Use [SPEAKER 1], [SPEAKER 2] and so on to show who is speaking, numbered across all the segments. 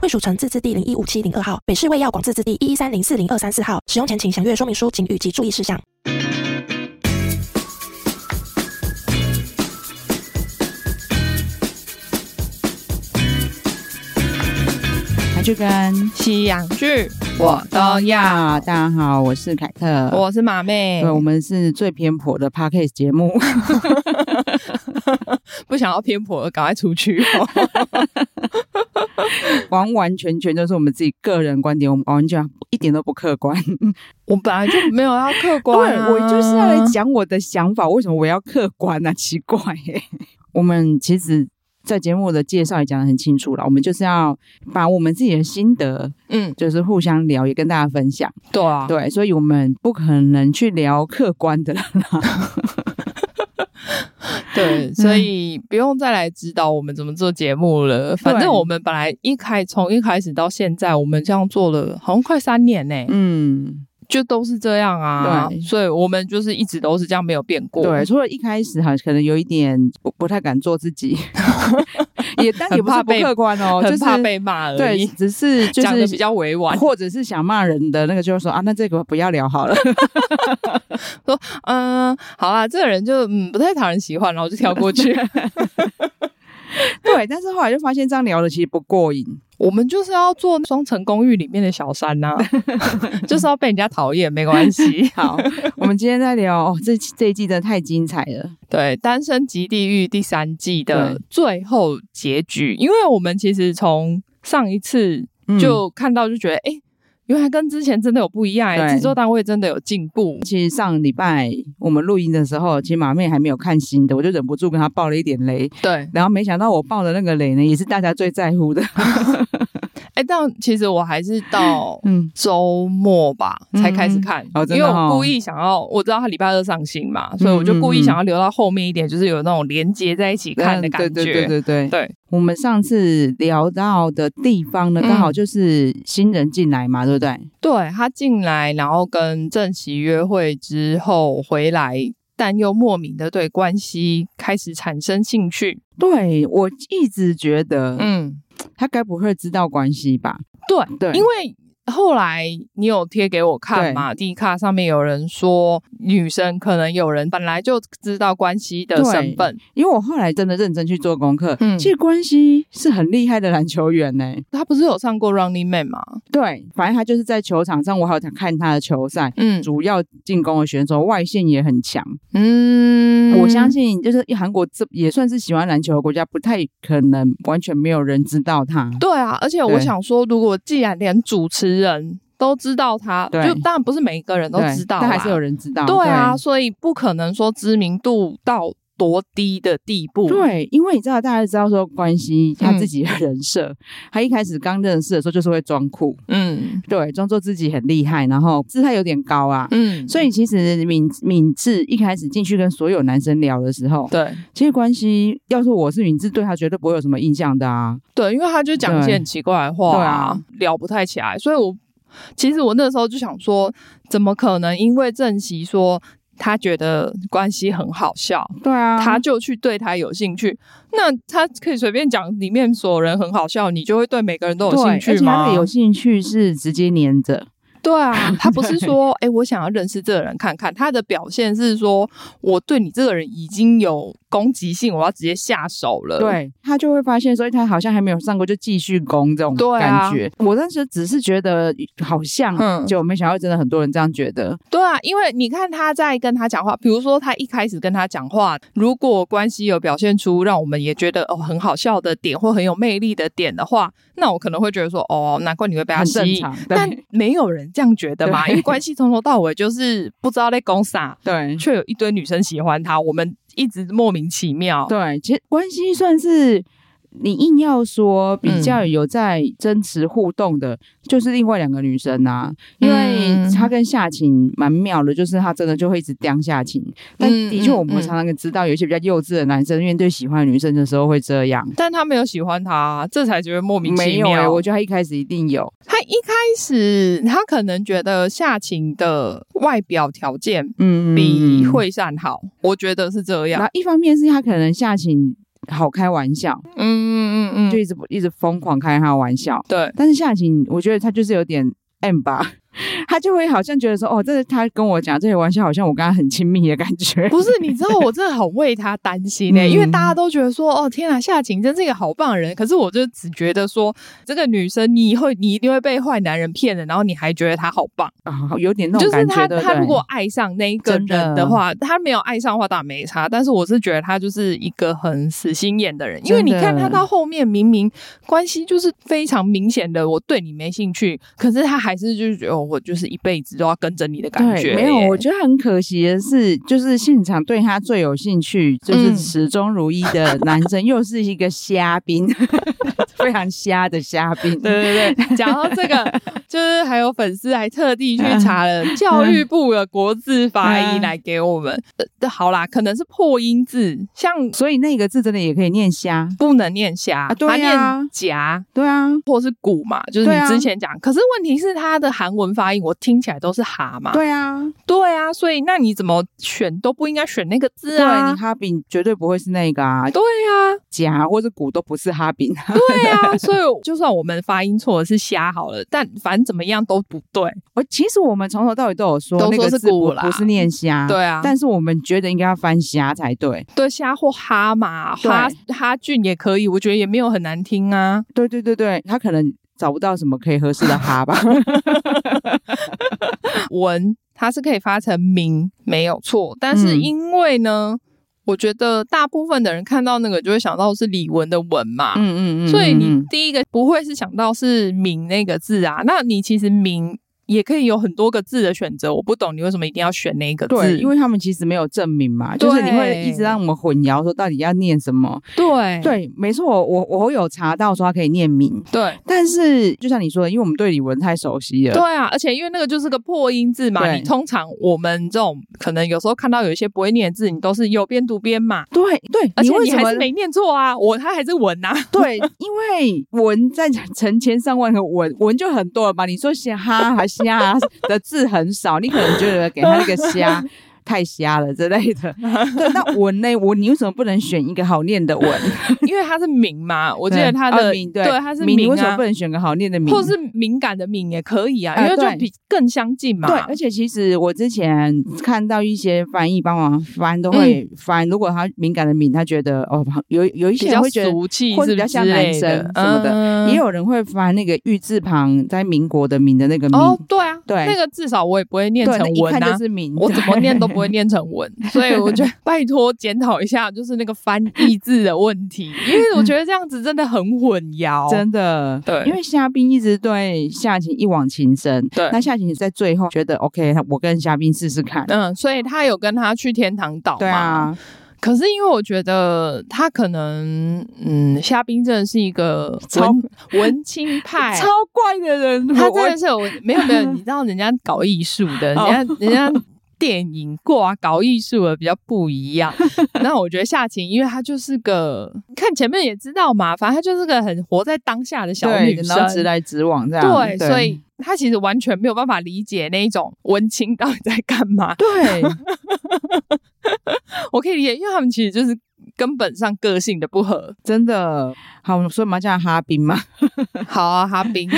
[SPEAKER 1] 惠蜀城自治地零一五七零二号，北市卫药广自治地一一三零四零二三四号。使用前请详阅说明书、警语及注意事项。
[SPEAKER 2] 来去跟
[SPEAKER 3] 西洋剧，
[SPEAKER 2] 我都要。大家好，我是凯特，
[SPEAKER 3] 我是马妹
[SPEAKER 2] 对，，我们是最偏颇的 podcast 节 目。
[SPEAKER 3] 不想要偏颇，赶快出去、
[SPEAKER 2] 完完全全就是我们自己个人观点，我们完全一点都不客观。
[SPEAKER 3] 我本来就没有要客 观、啊，
[SPEAKER 2] 对，我就是要来。讲我的想法，为什么我要客观呢、奇怪、欸， 我们其实。在节目的介绍也讲得很清楚了，我们就是要把我们自己的心得，
[SPEAKER 3] 嗯，
[SPEAKER 2] 就是互相聊，也跟大家分享。
[SPEAKER 3] 对啊，
[SPEAKER 2] 对，所以我们不可能去聊客观的啦。
[SPEAKER 3] 对，所以不用再来指导我们怎么做节目了。反正我们本来一开从一开始到现在，我们这样做了好像快三年呢、
[SPEAKER 2] 嗯，
[SPEAKER 3] 就都是这样啊。
[SPEAKER 2] 对
[SPEAKER 3] 所以我们就是一直都是这样，没有变过。
[SPEAKER 2] 对，除了一开始哈，可能有一点不不太敢做自 己，也但也
[SPEAKER 3] 很
[SPEAKER 2] 不是
[SPEAKER 3] 怕
[SPEAKER 2] 不
[SPEAKER 3] 被
[SPEAKER 2] 客观哦，
[SPEAKER 3] 很
[SPEAKER 2] 就是
[SPEAKER 3] 怕被骂而
[SPEAKER 2] 对，
[SPEAKER 3] 已。
[SPEAKER 2] 只是就
[SPEAKER 3] 讲的
[SPEAKER 2] 是
[SPEAKER 3] 比较委婉，
[SPEAKER 2] 或者是想骂人的那个，就是说啊，那这个不要聊好了。
[SPEAKER 3] 嗯，好啦，这个人就嗯不太讨人喜欢，然后就跳过去。
[SPEAKER 2] 对，但是后来就发现这样聊的其实不过 瘾。
[SPEAKER 3] 我们就是要做《双层公寓》里面的小三呐、就是要被人家讨厌，没关系。
[SPEAKER 2] 好，我们今天在聊哦，这这一季真的太精彩了。
[SPEAKER 3] 对，《单身即地狱》第三季的
[SPEAKER 2] 对
[SPEAKER 3] 最后结局，因为我们其实从上一次
[SPEAKER 2] 嗯
[SPEAKER 3] 就看到，就觉得哎、诶原来跟之前真的有不一样、欸，
[SPEAKER 2] 对
[SPEAKER 3] 制作单位真的有进步。
[SPEAKER 2] 其实上礼拜我们录音的时候，其实马妹还没有看新的，我就忍不住跟她爆了一点雷。
[SPEAKER 3] 对，
[SPEAKER 2] 然后没想到我爆的那个雷呢，也是大家最在乎的。
[SPEAKER 3] 哎、但其实我还是到
[SPEAKER 2] 嗯，
[SPEAKER 3] 周末吧才开始
[SPEAKER 2] 嗯
[SPEAKER 3] 看，
[SPEAKER 2] 哦真
[SPEAKER 3] 因
[SPEAKER 2] 的
[SPEAKER 3] 为
[SPEAKER 2] 哦
[SPEAKER 3] 我故意想要，我知道他礼拜二上新嘛，所以我就故
[SPEAKER 2] 嗯
[SPEAKER 3] 意
[SPEAKER 2] 嗯
[SPEAKER 3] 想要留到后面一点，就是有那种连接在一起看的感觉。
[SPEAKER 2] 嗯对对对对对。
[SPEAKER 3] 对
[SPEAKER 2] 我们上次聊到的地方呢，
[SPEAKER 3] 嗯
[SPEAKER 2] 刚好就是新人进来嘛，对不对？
[SPEAKER 3] 对他进来，然后跟郑熙约会之后回来，但又莫名的对关系开始产生兴趣。
[SPEAKER 2] 对，我一直觉得，
[SPEAKER 3] 嗯，
[SPEAKER 2] 他该不会知道关系吧？
[SPEAKER 3] 对，
[SPEAKER 2] 对
[SPEAKER 3] 因为。后来你有贴给我看嘛？d 卡上面有人说，女生可能有人本来就知道关系的
[SPEAKER 2] 对
[SPEAKER 3] 身份，
[SPEAKER 2] 因为我后来真的认真去做功课，
[SPEAKER 3] 嗯
[SPEAKER 2] 其实关系是很厉害的篮球员呢、
[SPEAKER 3] 他不是有上过 Running Man 吗？
[SPEAKER 2] 对，反正他就是在球场上，我好想看他的球赛。
[SPEAKER 3] 嗯
[SPEAKER 2] 主要进攻的选手，外线也很强。
[SPEAKER 3] 嗯
[SPEAKER 2] 我相信，就是哎韩国这也算是喜欢篮球的国家，不太可能完全没有人知道他。
[SPEAKER 3] 对啊，而且我
[SPEAKER 2] 对
[SPEAKER 3] 想说，如果既然连主持人都知道他，
[SPEAKER 2] 对
[SPEAKER 3] 就当然不是每一个人都
[SPEAKER 2] 对
[SPEAKER 3] 知道啦，
[SPEAKER 2] 但还是有人知道。
[SPEAKER 3] 对啊，所以不可能说知名度到多低的地步。，
[SPEAKER 2] 对，因为你知道，大家知道说关系他
[SPEAKER 3] 嗯
[SPEAKER 2] 自己的人设，他一开始刚认识的时候就是会装酷，
[SPEAKER 3] 嗯
[SPEAKER 2] 对，装作自己很厉害，然后姿态有点高啊。
[SPEAKER 3] 嗯，
[SPEAKER 2] 所以其实敏敏智一开始进去跟所有男生聊的时候，
[SPEAKER 3] 对
[SPEAKER 2] 其实关系要是我是敏智，对他绝对不会有什么印象的啊。
[SPEAKER 3] 对，因为他就讲一些很奇怪的话、
[SPEAKER 2] 对啊
[SPEAKER 3] 聊不太起来，所以我其实我那时候就想说，怎么可能？因为郑熙说他觉得关系很好笑，
[SPEAKER 2] 对啊
[SPEAKER 3] 他就去对他有兴趣。那他可以随便讲里面所有人很好笑，你就会对每个人都有
[SPEAKER 2] 对
[SPEAKER 3] 兴
[SPEAKER 2] 而
[SPEAKER 3] 趣
[SPEAKER 2] 且他
[SPEAKER 3] 吗
[SPEAKER 2] 的？有兴趣是直接黏着，
[SPEAKER 3] 对 啊，他不是说哎、诶我想要认识这个人看看。他的表现是说，我对你这个人已经有攻击性，我要直接下手了。，
[SPEAKER 2] 对他就会发现，所以他好像还没有上过，就继续攻这种
[SPEAKER 3] 对啊
[SPEAKER 2] 感觉。我当时只是觉得好像，
[SPEAKER 3] 嗯
[SPEAKER 2] 就没想到真的很多人这样觉得。
[SPEAKER 3] 对啊，因为你看他在跟他讲话，比如说他一开始跟他讲话，如果关系有表现出让我们也觉得哦很好笑的点或很有魅力的点的话，那我可能会觉得说哦，难怪你会被他
[SPEAKER 2] 很
[SPEAKER 3] 吸
[SPEAKER 2] 正
[SPEAKER 3] 引
[SPEAKER 2] 常。对
[SPEAKER 3] 但没有人这样觉得嘛，
[SPEAKER 2] 对
[SPEAKER 3] 因为关系从头到尾就是不知道在攻啥，
[SPEAKER 2] 对
[SPEAKER 3] 却有一堆女生喜欢他，我们一直莫名其妙。
[SPEAKER 2] 对，其实关系算是你硬要说
[SPEAKER 3] 嗯
[SPEAKER 2] 比较有在真实互动的，就是另外两个女生啊，因为
[SPEAKER 3] 嗯
[SPEAKER 2] 她跟夏晴蛮妙的，就是她真的就会一直刁夏晴。但的确，
[SPEAKER 3] 嗯
[SPEAKER 2] 我们常常知道有一些比较幼稚的男生，面对喜欢的女生的时候会这样。
[SPEAKER 3] 但他没有喜欢他，这才觉得莫名
[SPEAKER 2] 没
[SPEAKER 3] 其
[SPEAKER 2] 有哎、
[SPEAKER 3] 妙。
[SPEAKER 2] 我觉得他一开始一定有，
[SPEAKER 3] 他一开始他可能觉得夏晴的外表条件
[SPEAKER 2] 嗯
[SPEAKER 3] 比啊惠善好，我觉得是这
[SPEAKER 2] 然
[SPEAKER 3] 样。
[SPEAKER 2] 后一方面是他可能夏晴好开玩笑，
[SPEAKER 3] 嗯嗯嗯
[SPEAKER 2] 就
[SPEAKER 3] 嗯，
[SPEAKER 2] 一直一直疯狂开他的玩笑，
[SPEAKER 3] 对，
[SPEAKER 2] 但是夏晴，我觉得她就是有点 M 吧， 她就会好像觉得说，哦，这是她跟我讲这些玩笑，好像我跟她很亲密的感觉。
[SPEAKER 3] 不是，你知道我真的很为他担心呢、
[SPEAKER 2] 嗯
[SPEAKER 3] 因为大家都觉得说，哦，天啊，夏晴真是一个好棒的人。可是我就只觉得说，这个女生你以后你一定会被坏男人骗的，然后你还觉得她好棒，
[SPEAKER 2] 啊、有点那
[SPEAKER 3] 就
[SPEAKER 2] 种
[SPEAKER 3] 是
[SPEAKER 2] 感觉
[SPEAKER 3] 她
[SPEAKER 2] 对不
[SPEAKER 3] 她
[SPEAKER 2] 对
[SPEAKER 3] 如果爱上那一个
[SPEAKER 2] 真的
[SPEAKER 3] 人的话，她没有爱上的话当然没差，但是我是觉得她就是一个很死心眼的人，因为
[SPEAKER 2] 真
[SPEAKER 3] 你
[SPEAKER 2] 的
[SPEAKER 3] 看她到后面明明关系就是非常明显的，我对你没兴趣，可是她还是就是觉得、哦、我就是一辈子都要跟着你的感觉
[SPEAKER 2] 对
[SPEAKER 3] 耶，
[SPEAKER 2] 没有，我觉得很可惜的是，就是现场对他最有兴趣，就是
[SPEAKER 3] 嗯
[SPEAKER 2] 始终如一的男生，又是一个虾兵， 非常虾的虾兵。
[SPEAKER 3] 对对对，讲到这 个，就是还有粉丝还特地去
[SPEAKER 2] 嗯
[SPEAKER 3] 查了教育部的国字发音来给我们。呃好啦，可能是破音字，像
[SPEAKER 2] 所以那个字真的也可以念虾，
[SPEAKER 3] 不能念虾，
[SPEAKER 2] 啊对
[SPEAKER 3] 它
[SPEAKER 2] 啊
[SPEAKER 3] 念夹
[SPEAKER 2] 对啊，
[SPEAKER 3] 或是骨嘛，就是
[SPEAKER 2] 对
[SPEAKER 3] 你
[SPEAKER 2] 啊
[SPEAKER 3] 之前讲。可是问题是它的韩文发音，我听起来都是蛤嘛。
[SPEAKER 2] 对啊，
[SPEAKER 3] 对啊，所以那你怎么选都不应该选那个字
[SPEAKER 2] 对
[SPEAKER 3] 啊
[SPEAKER 2] 你。哈饼绝对不会是那个啊，
[SPEAKER 3] 对啊，
[SPEAKER 2] 甲或者骨都不是哈饼啊。
[SPEAKER 3] 对啊，所以就算我们发音错了是虾好了，但反正怎么样都不对。
[SPEAKER 2] 我其实我们从头到尾都有说，
[SPEAKER 3] 都
[SPEAKER 2] 那
[SPEAKER 3] 说
[SPEAKER 2] 个
[SPEAKER 3] 是
[SPEAKER 2] 字不
[SPEAKER 3] 古啦
[SPEAKER 2] 不是念虾，
[SPEAKER 3] 对啊
[SPEAKER 2] 但是我们觉得应该要翻虾才对。
[SPEAKER 3] 对虾或哈嘛，
[SPEAKER 2] 对
[SPEAKER 3] 哈哈俊也可以，我觉得也没有很难听啊。
[SPEAKER 2] 对对对对，他可能找不到什么可以合适的哈吧。
[SPEAKER 3] 文它是可以发成明，没有错，但是
[SPEAKER 2] 嗯
[SPEAKER 3] 因为呢，我觉得大部分的人看到那个就会想到是李玟的文嘛。
[SPEAKER 2] 嗯嗯嗯，
[SPEAKER 3] 所以
[SPEAKER 2] 嗯
[SPEAKER 3] 你
[SPEAKER 2] 嗯
[SPEAKER 3] 第一个不会是想到是“明”那个字啊？那你其实“明”也可以有很多个字的选择，我不懂你为什么一定要选那个字
[SPEAKER 2] 对，，因为他们其实没有证明嘛，就是你会一直让我们混淆说到底要念什么。
[SPEAKER 3] 对
[SPEAKER 2] 对，没错，我我我有查到说他可以念名，
[SPEAKER 3] 对
[SPEAKER 2] 但是就像你说的，因为我们对李玟太熟悉了，
[SPEAKER 3] 对啊，而且因为那个就是个破音字嘛，
[SPEAKER 2] 对
[SPEAKER 3] 你通常我们这种可能有时候看到有一些不会念的字，你都是有边读边嘛。
[SPEAKER 2] 对对，
[SPEAKER 3] 而且
[SPEAKER 2] 为
[SPEAKER 3] 你
[SPEAKER 2] 什
[SPEAKER 3] 还
[SPEAKER 2] 么
[SPEAKER 3] 是没念错啊，我他还是文 呐、啊，
[SPEAKER 2] 对，因为文在成千上万个文，文就很多了吧？你说虾哈还虾啊的字很少，你可能觉得给他那个虾太瞎了之类的。对，那文呢？文你为什么不能选一个好念的文？
[SPEAKER 3] 因为他是明嘛， 我记得他
[SPEAKER 2] 啊
[SPEAKER 3] 的、
[SPEAKER 2] 名
[SPEAKER 3] 对他是
[SPEAKER 2] 名，你
[SPEAKER 3] 明
[SPEAKER 2] 为什么
[SPEAKER 3] 啊
[SPEAKER 2] 不，能选个好念的名？
[SPEAKER 3] 或是敏感的敏也可以啊，
[SPEAKER 2] 啊
[SPEAKER 3] 因为
[SPEAKER 2] 对
[SPEAKER 3] 就比更相近嘛。
[SPEAKER 2] 对，而且其实我之前看到一些翻译帮忙翻，都会翻。如果他敏感的敏，他觉得哦，有有一
[SPEAKER 3] 嗯比
[SPEAKER 2] 些人
[SPEAKER 3] 较
[SPEAKER 2] 会觉得
[SPEAKER 3] 俗气，
[SPEAKER 2] 或者
[SPEAKER 3] 是
[SPEAKER 2] 比较像男生什么的，
[SPEAKER 3] 的嗯
[SPEAKER 2] 也有人会翻那个玉字旁在民国的民的那个民，
[SPEAKER 3] 哦，对啊，
[SPEAKER 2] 对
[SPEAKER 3] 那个至少我也不会念
[SPEAKER 2] 对，
[SPEAKER 3] 成
[SPEAKER 2] 那一
[SPEAKER 3] 文
[SPEAKER 2] 看
[SPEAKER 3] 啊
[SPEAKER 2] 就。是民，
[SPEAKER 3] 我怎么
[SPEAKER 2] 对
[SPEAKER 3] 念都不 会念成文，所以我觉得拜托检讨一下，就是那个翻译字的问题，因为我觉得这样子真的很混淆。
[SPEAKER 2] 真的。
[SPEAKER 3] 对
[SPEAKER 2] 因为夏冰一直对夏晴一往情深，
[SPEAKER 3] 对
[SPEAKER 2] 那夏晴在最后觉得 OK，我跟夏冰试试看，
[SPEAKER 3] 嗯，所以他有跟他去天堂岛嘛？
[SPEAKER 2] 对啊，
[SPEAKER 3] 可是因为我觉得他可能，嗯，夏冰真的是一个
[SPEAKER 2] 超
[SPEAKER 3] 文文青派，
[SPEAKER 2] 超怪的人，
[SPEAKER 3] 他
[SPEAKER 2] 我
[SPEAKER 3] 真的是有没有没有，你知道人家搞艺术的，人
[SPEAKER 2] 哦
[SPEAKER 3] 家人家。电影挂搞艺术的比较不一样，那我觉得夏晴，因为她就是个看前面也知道嘛，反正她就是个很活在当下的小
[SPEAKER 2] 对
[SPEAKER 3] 女生
[SPEAKER 2] 然，后直来直往这样，
[SPEAKER 3] 对，所以她其实完全没有办法理解那一种文青到底在干嘛。
[SPEAKER 2] 对
[SPEAKER 3] 我可以理解，因为他们其实就是根本上个性的不合，
[SPEAKER 2] 真的好，所以我们要叫他哈冰嘛，
[SPEAKER 3] 好啊，哈冰，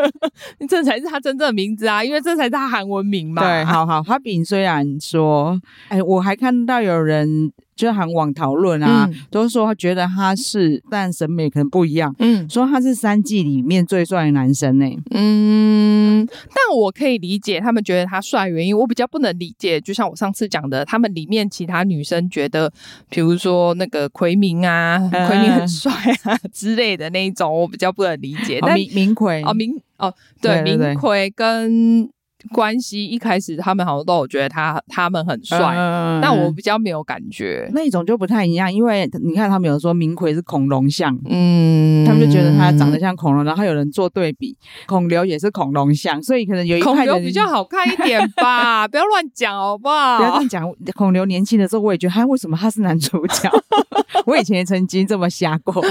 [SPEAKER 3] 这才是他真正的名字啊，因为这才是他韩文名嘛。
[SPEAKER 2] 对，好好，哈冰虽然说，哎，我还看到有人就是韩网讨论啊，
[SPEAKER 3] 嗯
[SPEAKER 2] 都说他觉得他是，但审美可能不一样。
[SPEAKER 3] 嗯
[SPEAKER 2] 说他是三季里面最帅的男生呢、
[SPEAKER 3] 嗯，但我可以理解他们觉得他帅的原因，我比较不能理解，就像我上次讲的，他们里面其他女生觉得，比如说那个奎明啊，
[SPEAKER 2] 嗯
[SPEAKER 3] 奎明很帅啊 之类的那一种，我比较不能理解。
[SPEAKER 2] 哦
[SPEAKER 3] 但
[SPEAKER 2] 明明奎
[SPEAKER 3] 哦明哦
[SPEAKER 2] 哦对
[SPEAKER 3] 对
[SPEAKER 2] 对对
[SPEAKER 3] 明奎跟。关系一开始他们好像都有觉得他他们很帅，
[SPEAKER 2] 嗯
[SPEAKER 3] 但我比较没有感觉。
[SPEAKER 2] 那一种就不太一样，因为你看他们有说明奎是恐龙像。
[SPEAKER 3] 嗯
[SPEAKER 2] 他们就觉得他长得像恐龙，然后有人做对比，孔刘也是恐龙像，所以可能有一
[SPEAKER 3] 孔
[SPEAKER 2] 派的
[SPEAKER 3] 刘
[SPEAKER 2] 人
[SPEAKER 3] 比较。好看一点 吧，不要乱讲好不
[SPEAKER 2] 不要这
[SPEAKER 3] 好？
[SPEAKER 2] 样讲，孔刘年轻的时候，我也觉得他为什么他是男主角？ 我以前也曾经这么瞎 过。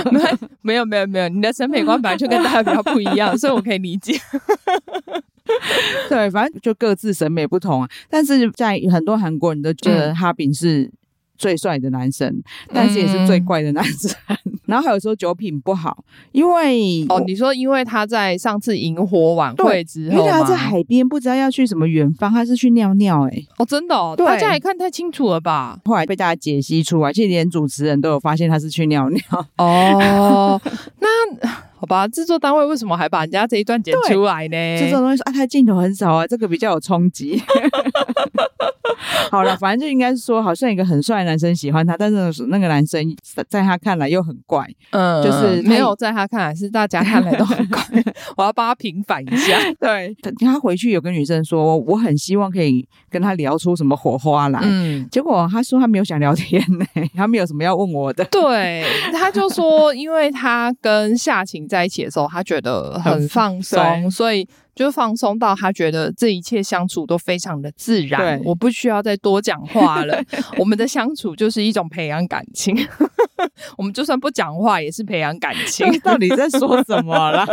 [SPEAKER 3] 没有没有没有，你的审美观本来就跟大家比较不一样，所以我可以理解。
[SPEAKER 2] 对，反正就各自审美不同啊。但是在很多韩国人都觉
[SPEAKER 3] 嗯
[SPEAKER 2] 得哈炳是最帅的男生，但是也是
[SPEAKER 3] 嗯
[SPEAKER 2] 最怪的男生。 然后还有说酒品不好，因为
[SPEAKER 3] 哦，你说因为他在上次萤火晚会
[SPEAKER 2] 对
[SPEAKER 3] 之
[SPEAKER 2] 因
[SPEAKER 3] 后
[SPEAKER 2] 为他
[SPEAKER 3] 吗
[SPEAKER 2] 在海边不知道要去什么远方，他是去尿尿哎、欸
[SPEAKER 3] 哦，真的、哦，
[SPEAKER 2] 对
[SPEAKER 3] 大家也看太清楚了吧？
[SPEAKER 2] 后来被大家解析出来，其实连主持人都有发现他是去尿尿。
[SPEAKER 3] 哦， 那好吧，制作单位为什么还把人家这一段剪
[SPEAKER 2] 对
[SPEAKER 3] 出来 呢？
[SPEAKER 2] 这种东西说啊，他镜头很少啊，这个比较有冲击。 好了，反正就应该是说，好像一个很帅的男生喜欢他，但是那个男生在他看来又很怪，
[SPEAKER 3] 嗯，
[SPEAKER 2] 就是
[SPEAKER 3] 没有在他看来是大家看来都很怪， 我要帮他平反一下。对，
[SPEAKER 2] 他他回去有跟女生说，我很希望可以跟他聊出什么火花来。
[SPEAKER 3] 嗯。
[SPEAKER 2] 结果他说他没有想聊天呢、他没有什么要问我的。
[SPEAKER 3] 对，他就说，因为他跟夏晴在一起的时候，他觉得很
[SPEAKER 2] 很
[SPEAKER 3] 放松，
[SPEAKER 2] 对
[SPEAKER 3] 所以就放松到他觉得这一切相处都非常的自然，
[SPEAKER 2] 对
[SPEAKER 3] 我不需要再多讲话了。我们的相处就是一种培养感情， 我们就算不讲话也是培养感情。
[SPEAKER 2] 到底在说什么啦？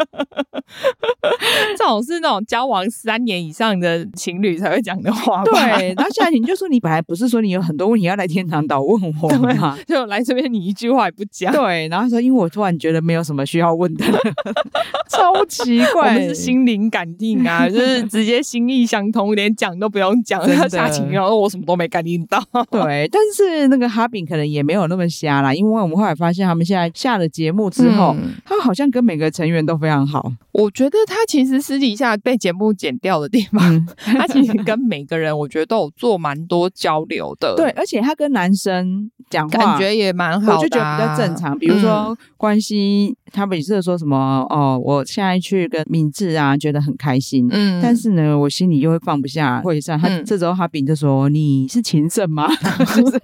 [SPEAKER 3] 这种是那种交往三年以上的情侣才会讲的话 吧？
[SPEAKER 2] 对，然后夏晴就说：“你本来不是说你有很多问题要来天堂岛问我吗？”
[SPEAKER 3] 就来这边你一句话也不讲，
[SPEAKER 2] 对，然后他说：“因为我突然觉得没有什么需要问的了， 超奇
[SPEAKER 3] 我
[SPEAKER 2] 怪。”
[SPEAKER 3] 们是心灵感应 啊，就是直接心意相通，连讲都不用讲，
[SPEAKER 2] 真
[SPEAKER 3] 他
[SPEAKER 2] 的
[SPEAKER 3] 下情然后我什么都没感应到。
[SPEAKER 2] 对，但是那个哈饼可能也没有那么瞎啦，因为我们后来发现他们现在下了节目之后，
[SPEAKER 3] 嗯
[SPEAKER 2] 他好像跟每个成员都非常好。
[SPEAKER 3] 我觉得他其实私底下被节目剪掉的地方， 他其实跟每个人我觉得都有做蛮多交流的，
[SPEAKER 2] 对，，而且他跟男生讲话
[SPEAKER 3] 感觉也蛮好、啊嗯
[SPEAKER 2] 我就觉得比较正。常。比如说关系，他每次都说什么哦，我现在去跟敏智啊，觉得很开心。
[SPEAKER 3] 嗯
[SPEAKER 2] 但是呢，我心里又会放不下，会上他、
[SPEAKER 3] 嗯
[SPEAKER 2] 这时候哈饼就说：“哦你是情圣吗？” 就是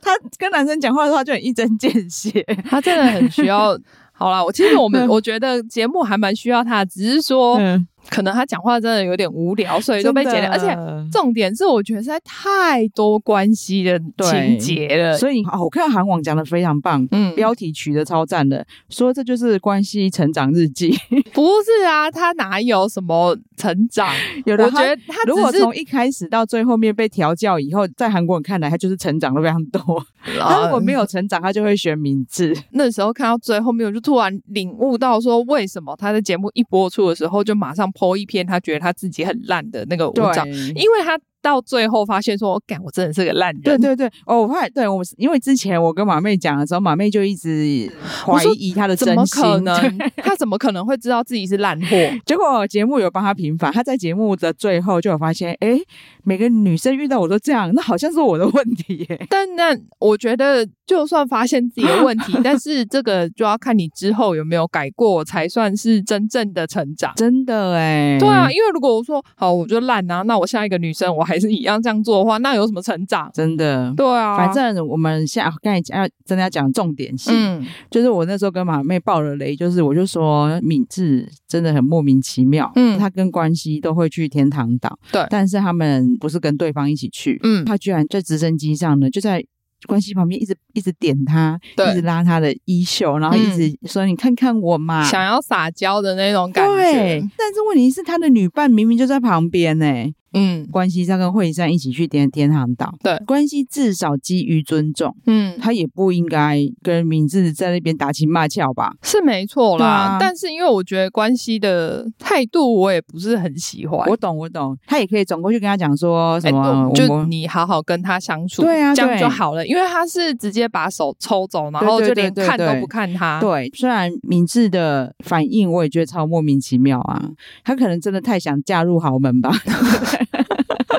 [SPEAKER 2] 他跟男生讲话的话就很一针见血。
[SPEAKER 3] 他真的很需 要。好啦，我其实我们
[SPEAKER 2] 嗯
[SPEAKER 3] 我觉得节目还蛮需要他的，只是说、
[SPEAKER 2] 嗯，
[SPEAKER 3] 可能他讲话真的有点无聊，所以就被剪掉。而且
[SPEAKER 2] 且
[SPEAKER 3] 重点是，我觉得实在太多关系的情
[SPEAKER 2] 对
[SPEAKER 3] 节了。
[SPEAKER 2] 所以哦，我看到韩网讲的非常棒。
[SPEAKER 3] 呃嗯，
[SPEAKER 2] 标题取得超赞的，说这就是关系成长日记。
[SPEAKER 3] 不是啊，他哪有什么成长？
[SPEAKER 2] 有的
[SPEAKER 3] 我
[SPEAKER 2] 他
[SPEAKER 3] 觉得他
[SPEAKER 2] 如果
[SPEAKER 3] 只是
[SPEAKER 2] 从一开始到最后面被调教以后，在韩国人看来，他就是成长的非常
[SPEAKER 3] 哦
[SPEAKER 2] 多。 他如果没
[SPEAKER 3] 有
[SPEAKER 2] 有成长，他就会选名字。
[SPEAKER 3] 啊嗯那时候看到最后面，我就突然领悟到说，为什么他的节目一播出的时候就马上剖一篇他觉得他自己很烂的那个文章，因为他到最后发现说，我干，我真的是个烂人。
[SPEAKER 2] 对对对，哦，我怕对我是因为之前我跟马妹讲的时候，马妹就一直
[SPEAKER 3] 我
[SPEAKER 2] 怀
[SPEAKER 3] 说
[SPEAKER 2] 疑他的真
[SPEAKER 3] 怎么
[SPEAKER 2] 心，
[SPEAKER 3] 可能？ 他怎么可能会知道自己是烂货？
[SPEAKER 2] 结果节目有帮他平反，他在节目的最后就有发现，哎，每个女生遇到我都这样，那好像是我的问题耶。
[SPEAKER 3] 但那我觉得，就算发现自己的问题，但是这个就要看你之后有没有改过，才算是真正的成长。
[SPEAKER 2] 真的哎，
[SPEAKER 3] 对啊，，因为如果我说好我就烂啊，那我下一个女生我还是一样这样做的话，那有什么成长？
[SPEAKER 2] 真的。
[SPEAKER 3] 对啊，
[SPEAKER 2] 反正我们现在刚才讲要真的要讲重点戏，
[SPEAKER 3] 嗯
[SPEAKER 2] 就是我那时候跟马妹爆了雷，就是我就说敏智真的很莫名其妙，
[SPEAKER 3] 嗯
[SPEAKER 2] 他跟关西都会去天堂岛，
[SPEAKER 3] 对
[SPEAKER 2] 但是他们不是跟对方一起去，
[SPEAKER 3] 嗯
[SPEAKER 2] 他居然在直升机上呢，就在。关系旁边一直一直点他，
[SPEAKER 3] 对
[SPEAKER 2] 一直拉他的衣袖，然后一直说：“你看看我嘛。”
[SPEAKER 3] 想要撒娇的那种感
[SPEAKER 2] 嗯对
[SPEAKER 3] 觉，，
[SPEAKER 2] 但是问题是他的女伴明明就在旁边呢、
[SPEAKER 3] 嗯
[SPEAKER 2] 关系上跟惠善一起去天天堂岛，
[SPEAKER 3] 对
[SPEAKER 2] 关系至少基于尊重，
[SPEAKER 3] 嗯，
[SPEAKER 2] 他也不应该跟敏智在那边打情骂俏吧？
[SPEAKER 3] 是没错啦。
[SPEAKER 2] 对啊
[SPEAKER 3] 但是因为我觉得关系的态度，我也不是很喜欢。
[SPEAKER 2] 我懂，我懂，他也可以转过去跟他讲说什么，啊我
[SPEAKER 3] 哎就
[SPEAKER 2] 们
[SPEAKER 3] 你好好跟他相处，
[SPEAKER 2] 对啊
[SPEAKER 3] 这样
[SPEAKER 2] 对
[SPEAKER 3] 就好了。因为他是直接把手抽走，然后
[SPEAKER 2] 对
[SPEAKER 3] 就
[SPEAKER 2] 对
[SPEAKER 3] 连
[SPEAKER 2] 对对
[SPEAKER 3] 看都
[SPEAKER 2] 对
[SPEAKER 3] 不看他。
[SPEAKER 2] 对。虽然敏智的反应我也觉得超莫名其妙啊，他可能真的太想嫁入豪门吧？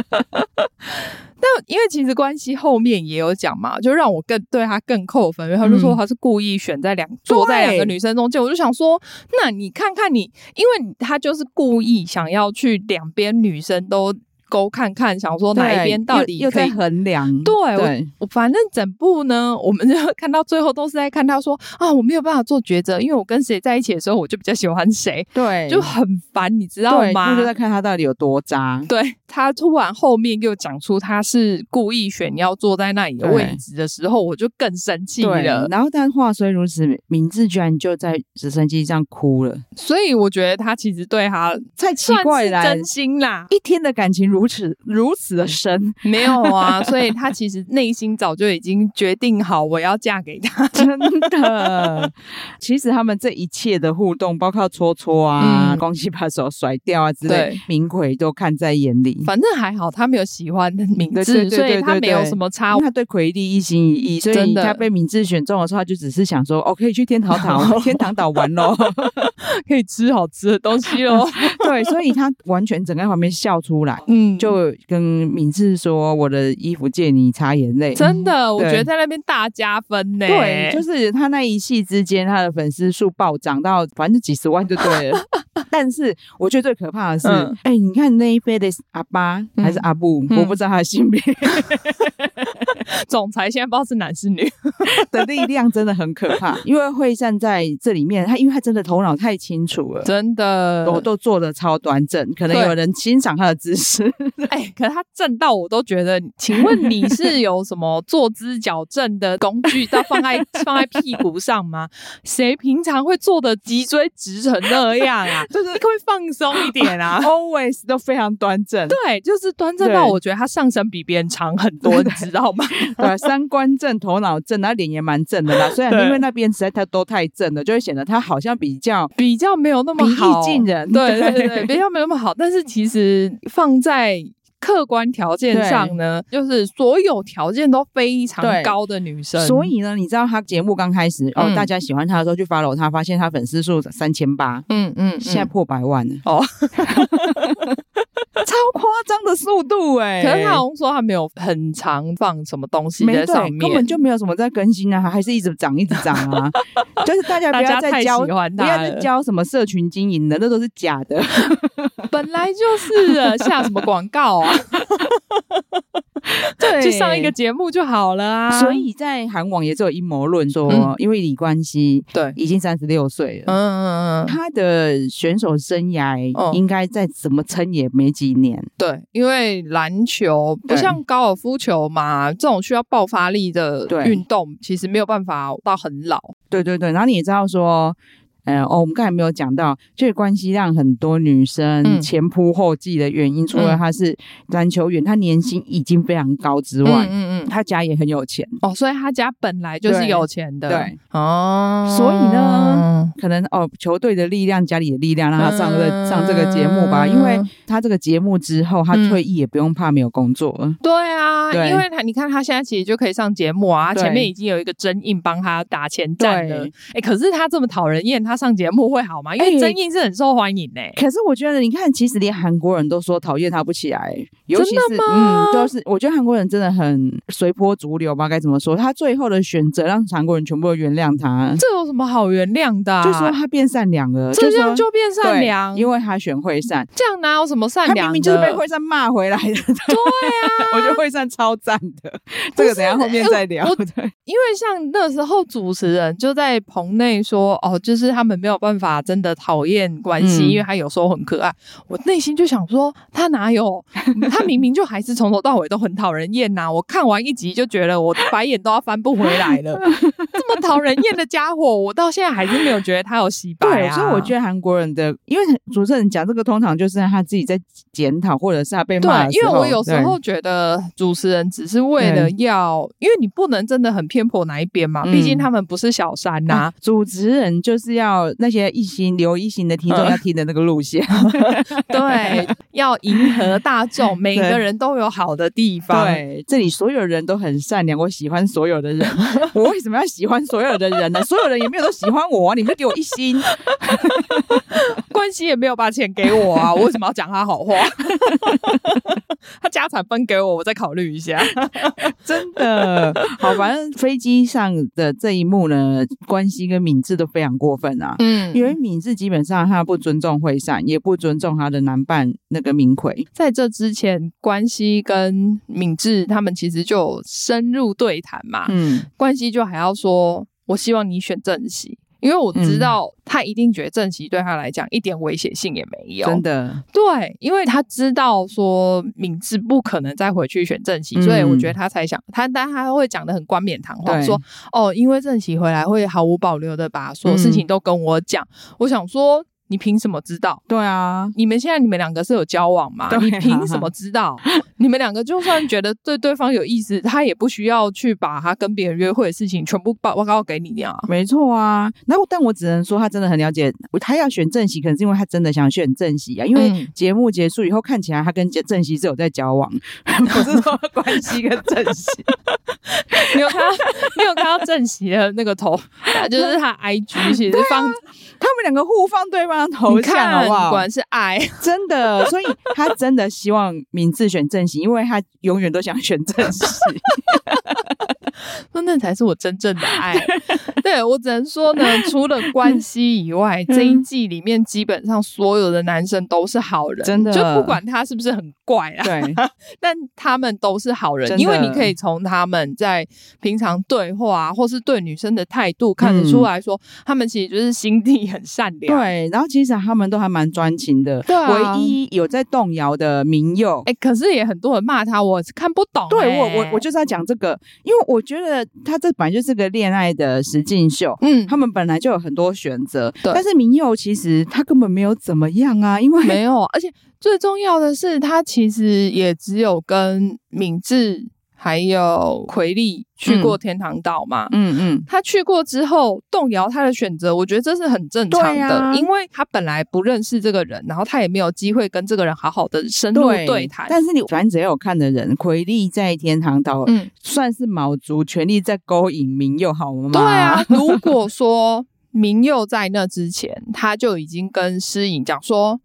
[SPEAKER 3] 但因为其实关系后面也有讲嘛，就让我更对他更扣分，因为他就说
[SPEAKER 2] 嗯
[SPEAKER 3] 他是故意选在两、坐在两个女生中间，我就想说，那你看看你，因为他就是故意想要去两边女生都勾看看，想说哦哪一边到底
[SPEAKER 2] 又
[SPEAKER 3] 可
[SPEAKER 2] 在
[SPEAKER 3] 以。
[SPEAKER 2] 衡量？
[SPEAKER 3] 对我
[SPEAKER 2] 对，
[SPEAKER 3] 我反正整部呢，我们就 看到最后都是在看他说啊，我没有办法做抉择，因为我跟谁在一起的时候，我就比较喜欢谁，
[SPEAKER 2] 对
[SPEAKER 3] 就很烦，你知道
[SPEAKER 2] 对，
[SPEAKER 3] 吗？
[SPEAKER 2] 就在看他到底有多渣。
[SPEAKER 3] 对他突然后面又讲出他是故意选要坐在那里的位置的时候，我就更生气了。
[SPEAKER 2] 然后但话虽如此，明智居然就在直升机上哭了，
[SPEAKER 3] 所以我觉得他其实对他
[SPEAKER 2] 太奇怪了。。
[SPEAKER 3] 算是真心啦
[SPEAKER 2] 一天的感情如此如此的深，
[SPEAKER 3] 没有啊，所以他其实内心早就已经决定好我要嫁给他。
[SPEAKER 2] 真的。其实他们这一切的互动，包括搓搓啊、
[SPEAKER 3] 嗯
[SPEAKER 2] 恭喜把手甩掉啊之类
[SPEAKER 3] 对，
[SPEAKER 2] 明奎都看在眼里。
[SPEAKER 3] 反正还好他没有喜欢名
[SPEAKER 2] 对对
[SPEAKER 3] 字，
[SPEAKER 2] 对
[SPEAKER 3] 所以
[SPEAKER 2] 对
[SPEAKER 3] 他
[SPEAKER 2] 对
[SPEAKER 3] 没有
[SPEAKER 2] 对
[SPEAKER 3] 什么差
[SPEAKER 2] 因为。他对奎利一心一意，所以
[SPEAKER 3] 真的
[SPEAKER 2] 他被明智选中的时候，他就只是想说：“哦，可以去天 堂岛，天堂岛玩喽。
[SPEAKER 3] 可以吃好吃的东西喽。”
[SPEAKER 2] 对，所以他完全整个在旁边笑出来，
[SPEAKER 3] 嗯，
[SPEAKER 2] 就跟敏智说：“我的衣服借你擦眼泪。”
[SPEAKER 3] 真的，我
[SPEAKER 2] 嗯对
[SPEAKER 3] 觉得在那边大加分呢。
[SPEAKER 2] 对，就是他那一夕之间，他的粉丝数暴涨到反正几十万就对 了。但是我觉得最可怕的是，哎、
[SPEAKER 3] 嗯
[SPEAKER 2] 你看那一辈的阿巴还是阿布，
[SPEAKER 3] 嗯
[SPEAKER 2] 我不知道他的性别
[SPEAKER 3] 总裁现在不知道是男 是女。
[SPEAKER 2] 的力量真的很可怕，因为会站在这里面，他因为他真的头脑太清楚了。
[SPEAKER 3] 真的
[SPEAKER 2] 我都做的超端正，可能
[SPEAKER 3] 对
[SPEAKER 2] 有人欣赏他的姿 势。
[SPEAKER 3] 哎、可是他震到我都觉得，请问你是有什么坐姿矫正的工具，到放在放在屁股上吗？ 谁平常会坐的脊椎直成那 样啊？
[SPEAKER 2] 就是
[SPEAKER 3] 你可不可以放松一 点啊？
[SPEAKER 2] always 都非常端正，
[SPEAKER 3] 对，就是端正到
[SPEAKER 2] 哦对
[SPEAKER 3] 我觉得他上身比别人长很多，你知道吗？
[SPEAKER 2] 对、啊，三观正，头脑正，然后脸也蛮正的 啦。虽然
[SPEAKER 3] 对
[SPEAKER 2] 因为那边实在他都太正了，就会显得他好像比较
[SPEAKER 3] 比较没有那么
[SPEAKER 2] 平
[SPEAKER 3] 好，
[SPEAKER 2] 易近人。
[SPEAKER 3] 对对对，比较没有那么好。但是其实放在客观条件
[SPEAKER 2] 对
[SPEAKER 3] 上呢，就是所有条件都非常
[SPEAKER 2] 对
[SPEAKER 3] 高的女生，
[SPEAKER 2] 所以呢，你知道他节目刚开始哦，
[SPEAKER 3] 嗯
[SPEAKER 2] 大家喜欢他的时候去 follow 他，发现他粉丝数三千八，
[SPEAKER 3] 嗯嗯，
[SPEAKER 2] 现在破百万了，
[SPEAKER 3] 哦，
[SPEAKER 2] 超夸张的速度哎、
[SPEAKER 3] 可是他好像说他没有很常放什么东西
[SPEAKER 2] 没
[SPEAKER 3] 在上
[SPEAKER 2] 对，
[SPEAKER 3] 面，
[SPEAKER 2] 根本就没有什么在更新啊，还是一直涨一直涨啊， 就是大家不
[SPEAKER 3] 大
[SPEAKER 2] 要
[SPEAKER 3] 家
[SPEAKER 2] 再
[SPEAKER 3] 太
[SPEAKER 2] 教。
[SPEAKER 3] 喜欢
[SPEAKER 2] 不
[SPEAKER 3] 他
[SPEAKER 2] 要再
[SPEAKER 3] 了，
[SPEAKER 2] 教什么社群经营的，那都是假的。
[SPEAKER 3] 本来就是
[SPEAKER 2] 啊
[SPEAKER 3] 的下什么广告啊，
[SPEAKER 2] 对
[SPEAKER 3] 去上一个节目就好了啊。
[SPEAKER 2] 所以在韩网也是有阴谋论说，
[SPEAKER 3] 嗯
[SPEAKER 2] 因为李冠希
[SPEAKER 3] 对，
[SPEAKER 2] 已经三十六岁了。
[SPEAKER 3] 嗯嗯嗯，
[SPEAKER 2] 他的选手生涯
[SPEAKER 3] 嗯
[SPEAKER 2] 应该再怎么撑也没几年，
[SPEAKER 3] 对，因为篮球不
[SPEAKER 2] 对
[SPEAKER 3] 像高尔夫球嘛，这种需要爆发力的
[SPEAKER 2] 对
[SPEAKER 3] 运动，其实没有办法到很老。
[SPEAKER 2] 对对对。然后你也知道说，呃，哦，我们刚才没有讲到，这个关系让很多女生
[SPEAKER 3] 嗯
[SPEAKER 2] 前仆后继的原因，除了
[SPEAKER 3] 嗯
[SPEAKER 2] 她是篮球员，她年薪已经非常高之外，
[SPEAKER 3] 嗯嗯，
[SPEAKER 2] 她家也很有钱，
[SPEAKER 3] 哦，所以他家本来就是
[SPEAKER 2] 对
[SPEAKER 3] 有钱的，
[SPEAKER 2] 对
[SPEAKER 3] 哦，
[SPEAKER 2] 所以呢，可能哦，球队的力量、家里的力量让她上这个、上这个节目吧，因为她这个节目之后，她
[SPEAKER 3] 嗯
[SPEAKER 2] 退役也不用怕没有工作了。
[SPEAKER 3] 对啊，
[SPEAKER 2] 对
[SPEAKER 3] 因为他你看他现在其实就可以上节目啊，
[SPEAKER 2] 对
[SPEAKER 3] 前面已经有一个真印帮他打前站了
[SPEAKER 2] 对。
[SPEAKER 3] 哎，可是他这么讨人厌，他上节目会好吗？因
[SPEAKER 2] 诶
[SPEAKER 3] 为真印是很受欢迎呢。
[SPEAKER 2] 可是我觉得，你看，其实连韩国人都说讨厌他不起来，尤其是
[SPEAKER 3] 真的
[SPEAKER 2] 嗯
[SPEAKER 3] 吗，
[SPEAKER 2] 就是我觉得韩国人真的很随波逐流吧，该怎么说？他最后的选择让韩国人全部都原谅他，
[SPEAKER 3] 这有什么好原谅的啊？
[SPEAKER 2] 就说他变善良了，
[SPEAKER 3] 这
[SPEAKER 2] 说
[SPEAKER 3] 样就变善良
[SPEAKER 2] 对，因为他选惠善，
[SPEAKER 3] 这样哪有什么善
[SPEAKER 2] 他
[SPEAKER 3] 良的？
[SPEAKER 2] 明明就是被惠善骂回来的。对啊， 我觉得惠善超赞的，这个等一下后面再聊。
[SPEAKER 3] 我
[SPEAKER 2] 对
[SPEAKER 3] 因为像那时候主持人就在棚内说，哦，就是他们没有办法真的讨厌关系，
[SPEAKER 2] 嗯
[SPEAKER 3] 因为他有时候很可爱。我内心就想说，他哪有？他明明就还是从头到尾都很讨人厌呐、我看完一集就觉得我白眼都要翻不回来了。这么讨人厌的家伙，我到现在还是没有觉得他有洗白
[SPEAKER 2] 对，
[SPEAKER 3] 啊。
[SPEAKER 2] 所以我觉得韩国人的，因为主持人讲这个，通常就是他自己在检讨，或者是他被骂的
[SPEAKER 3] 对，
[SPEAKER 2] 时
[SPEAKER 3] 因为
[SPEAKER 2] 候。
[SPEAKER 3] 我有时
[SPEAKER 2] 对
[SPEAKER 3] 候觉得主持人只是为了要，因为你不能真的很偏颇哪一边嘛，
[SPEAKER 2] 嗯
[SPEAKER 3] 毕竟他们不是小三呐、
[SPEAKER 2] 啊主持人就是要那些一心留一心的听众
[SPEAKER 3] 嗯
[SPEAKER 2] 要听的那个路 线，
[SPEAKER 3] 对，要迎合大众，每个人都有好的地方。，
[SPEAKER 2] 对，这里所有人都很善良，我喜欢所有的 人，我为什么要喜欢所有的人呢？所有人也没有都喜欢我啊，你们就给我一心，
[SPEAKER 3] 关系西也没有把钱给我啊，我为什么要讲他 好话？他家产分给我，我再考虑一下。
[SPEAKER 2] 真的好，反正飞机上的这一幕呢，关西跟敏智都非常过分啊。
[SPEAKER 3] 嗯
[SPEAKER 2] 因为敏智基本上他不尊重惠善，也不尊重他的男伴那个明奎，
[SPEAKER 3] 在这之前，关西跟敏智他们其实就有深入对谈嘛。
[SPEAKER 2] 嗯，
[SPEAKER 3] 关西就还要说，我希望你选正席，因为我
[SPEAKER 2] 嗯
[SPEAKER 3] 知道他一定觉得正席对他来讲一点威胁性也没有。
[SPEAKER 2] 真的，
[SPEAKER 3] 对，因为他知道说敏智不可能再回去选正席，
[SPEAKER 2] 嗯
[SPEAKER 3] 所以我觉得他才想他，但他会讲的很冠冕堂皇，
[SPEAKER 2] 对
[SPEAKER 3] 说哦，因为正席回来会毫无保留的把所有事
[SPEAKER 2] 嗯
[SPEAKER 3] 情都跟我讲。我想说，你凭什么知道？
[SPEAKER 2] 对啊，
[SPEAKER 3] 你们现在你们两个是有交往吗？
[SPEAKER 2] 对啊
[SPEAKER 3] 你凭什么知道？你们两个就算觉得对对方有意思，他也不需要去把他跟别人约会的事情全部报报告给你啊。
[SPEAKER 2] 没错啊。那但我只能说，他真的很了解，他要选正席，可能是因为他真的想选正席啊，因为。
[SPEAKER 3] 嗯
[SPEAKER 2] 节目结束以后，看起来他跟郑熙是有在交往， 不是 说关系跟郑熙。
[SPEAKER 3] 你有看到你有看到正席的那个头，就是他 IG 其
[SPEAKER 2] 啊
[SPEAKER 3] 实放
[SPEAKER 2] 他们两个互放对方的头
[SPEAKER 3] 你看
[SPEAKER 2] 像，好不好？
[SPEAKER 3] 果然是爱，
[SPEAKER 2] 真的，所以他真的希望明智选正熙，因为他永远都想选正熙。
[SPEAKER 3] 那那才是我真正的 爱。对我只能说呢，除了关系以外，这
[SPEAKER 2] 嗯
[SPEAKER 3] 一季里面基本上所有的男生都是好人，
[SPEAKER 2] 真的
[SPEAKER 3] 就不管他是不是很怪 啊，
[SPEAKER 2] 对，
[SPEAKER 3] 但他们都是好
[SPEAKER 2] 真
[SPEAKER 3] 人，
[SPEAKER 2] 的
[SPEAKER 3] 因为你可以从他们在平常对话、啊、或是对女生的态度看得出来说，他们其实就是心地很善
[SPEAKER 2] 嗯
[SPEAKER 3] 良。，
[SPEAKER 2] 对，然后其实啊他们都还蛮专情的，
[SPEAKER 3] 对啊
[SPEAKER 2] 唯一有在动摇的民佑。
[SPEAKER 3] 哎、可是也很多人骂他，我看不懂、
[SPEAKER 2] 对
[SPEAKER 3] 哎
[SPEAKER 2] 我，我我就是要讲这个，因为我觉得他这本来就是个恋爱的实境秀，
[SPEAKER 3] 嗯
[SPEAKER 2] 他们本来就有很多选择，
[SPEAKER 3] 对
[SPEAKER 2] 但是民佑其实他根本没有怎么样啊， 因为
[SPEAKER 3] 没有，而且最重要的是，他其实也只有跟敏智还有奎利去过天堂岛嘛。
[SPEAKER 2] 嗯嗯，
[SPEAKER 3] 他去过之后动摇他的选择，我觉得这是很正常
[SPEAKER 2] 对
[SPEAKER 3] 的，
[SPEAKER 2] 啊
[SPEAKER 3] 因为他本来不认识这个人，然后他也没有机会跟这个人好好的深入对谈。
[SPEAKER 2] 但是你反正只要有看的人，奎利在天堂岛、
[SPEAKER 3] 嗯，
[SPEAKER 2] 算是卯足全力在勾引民佑，好吗？
[SPEAKER 3] 对啊，，如果说明佑在那之前，他就已经跟诗颖讲说，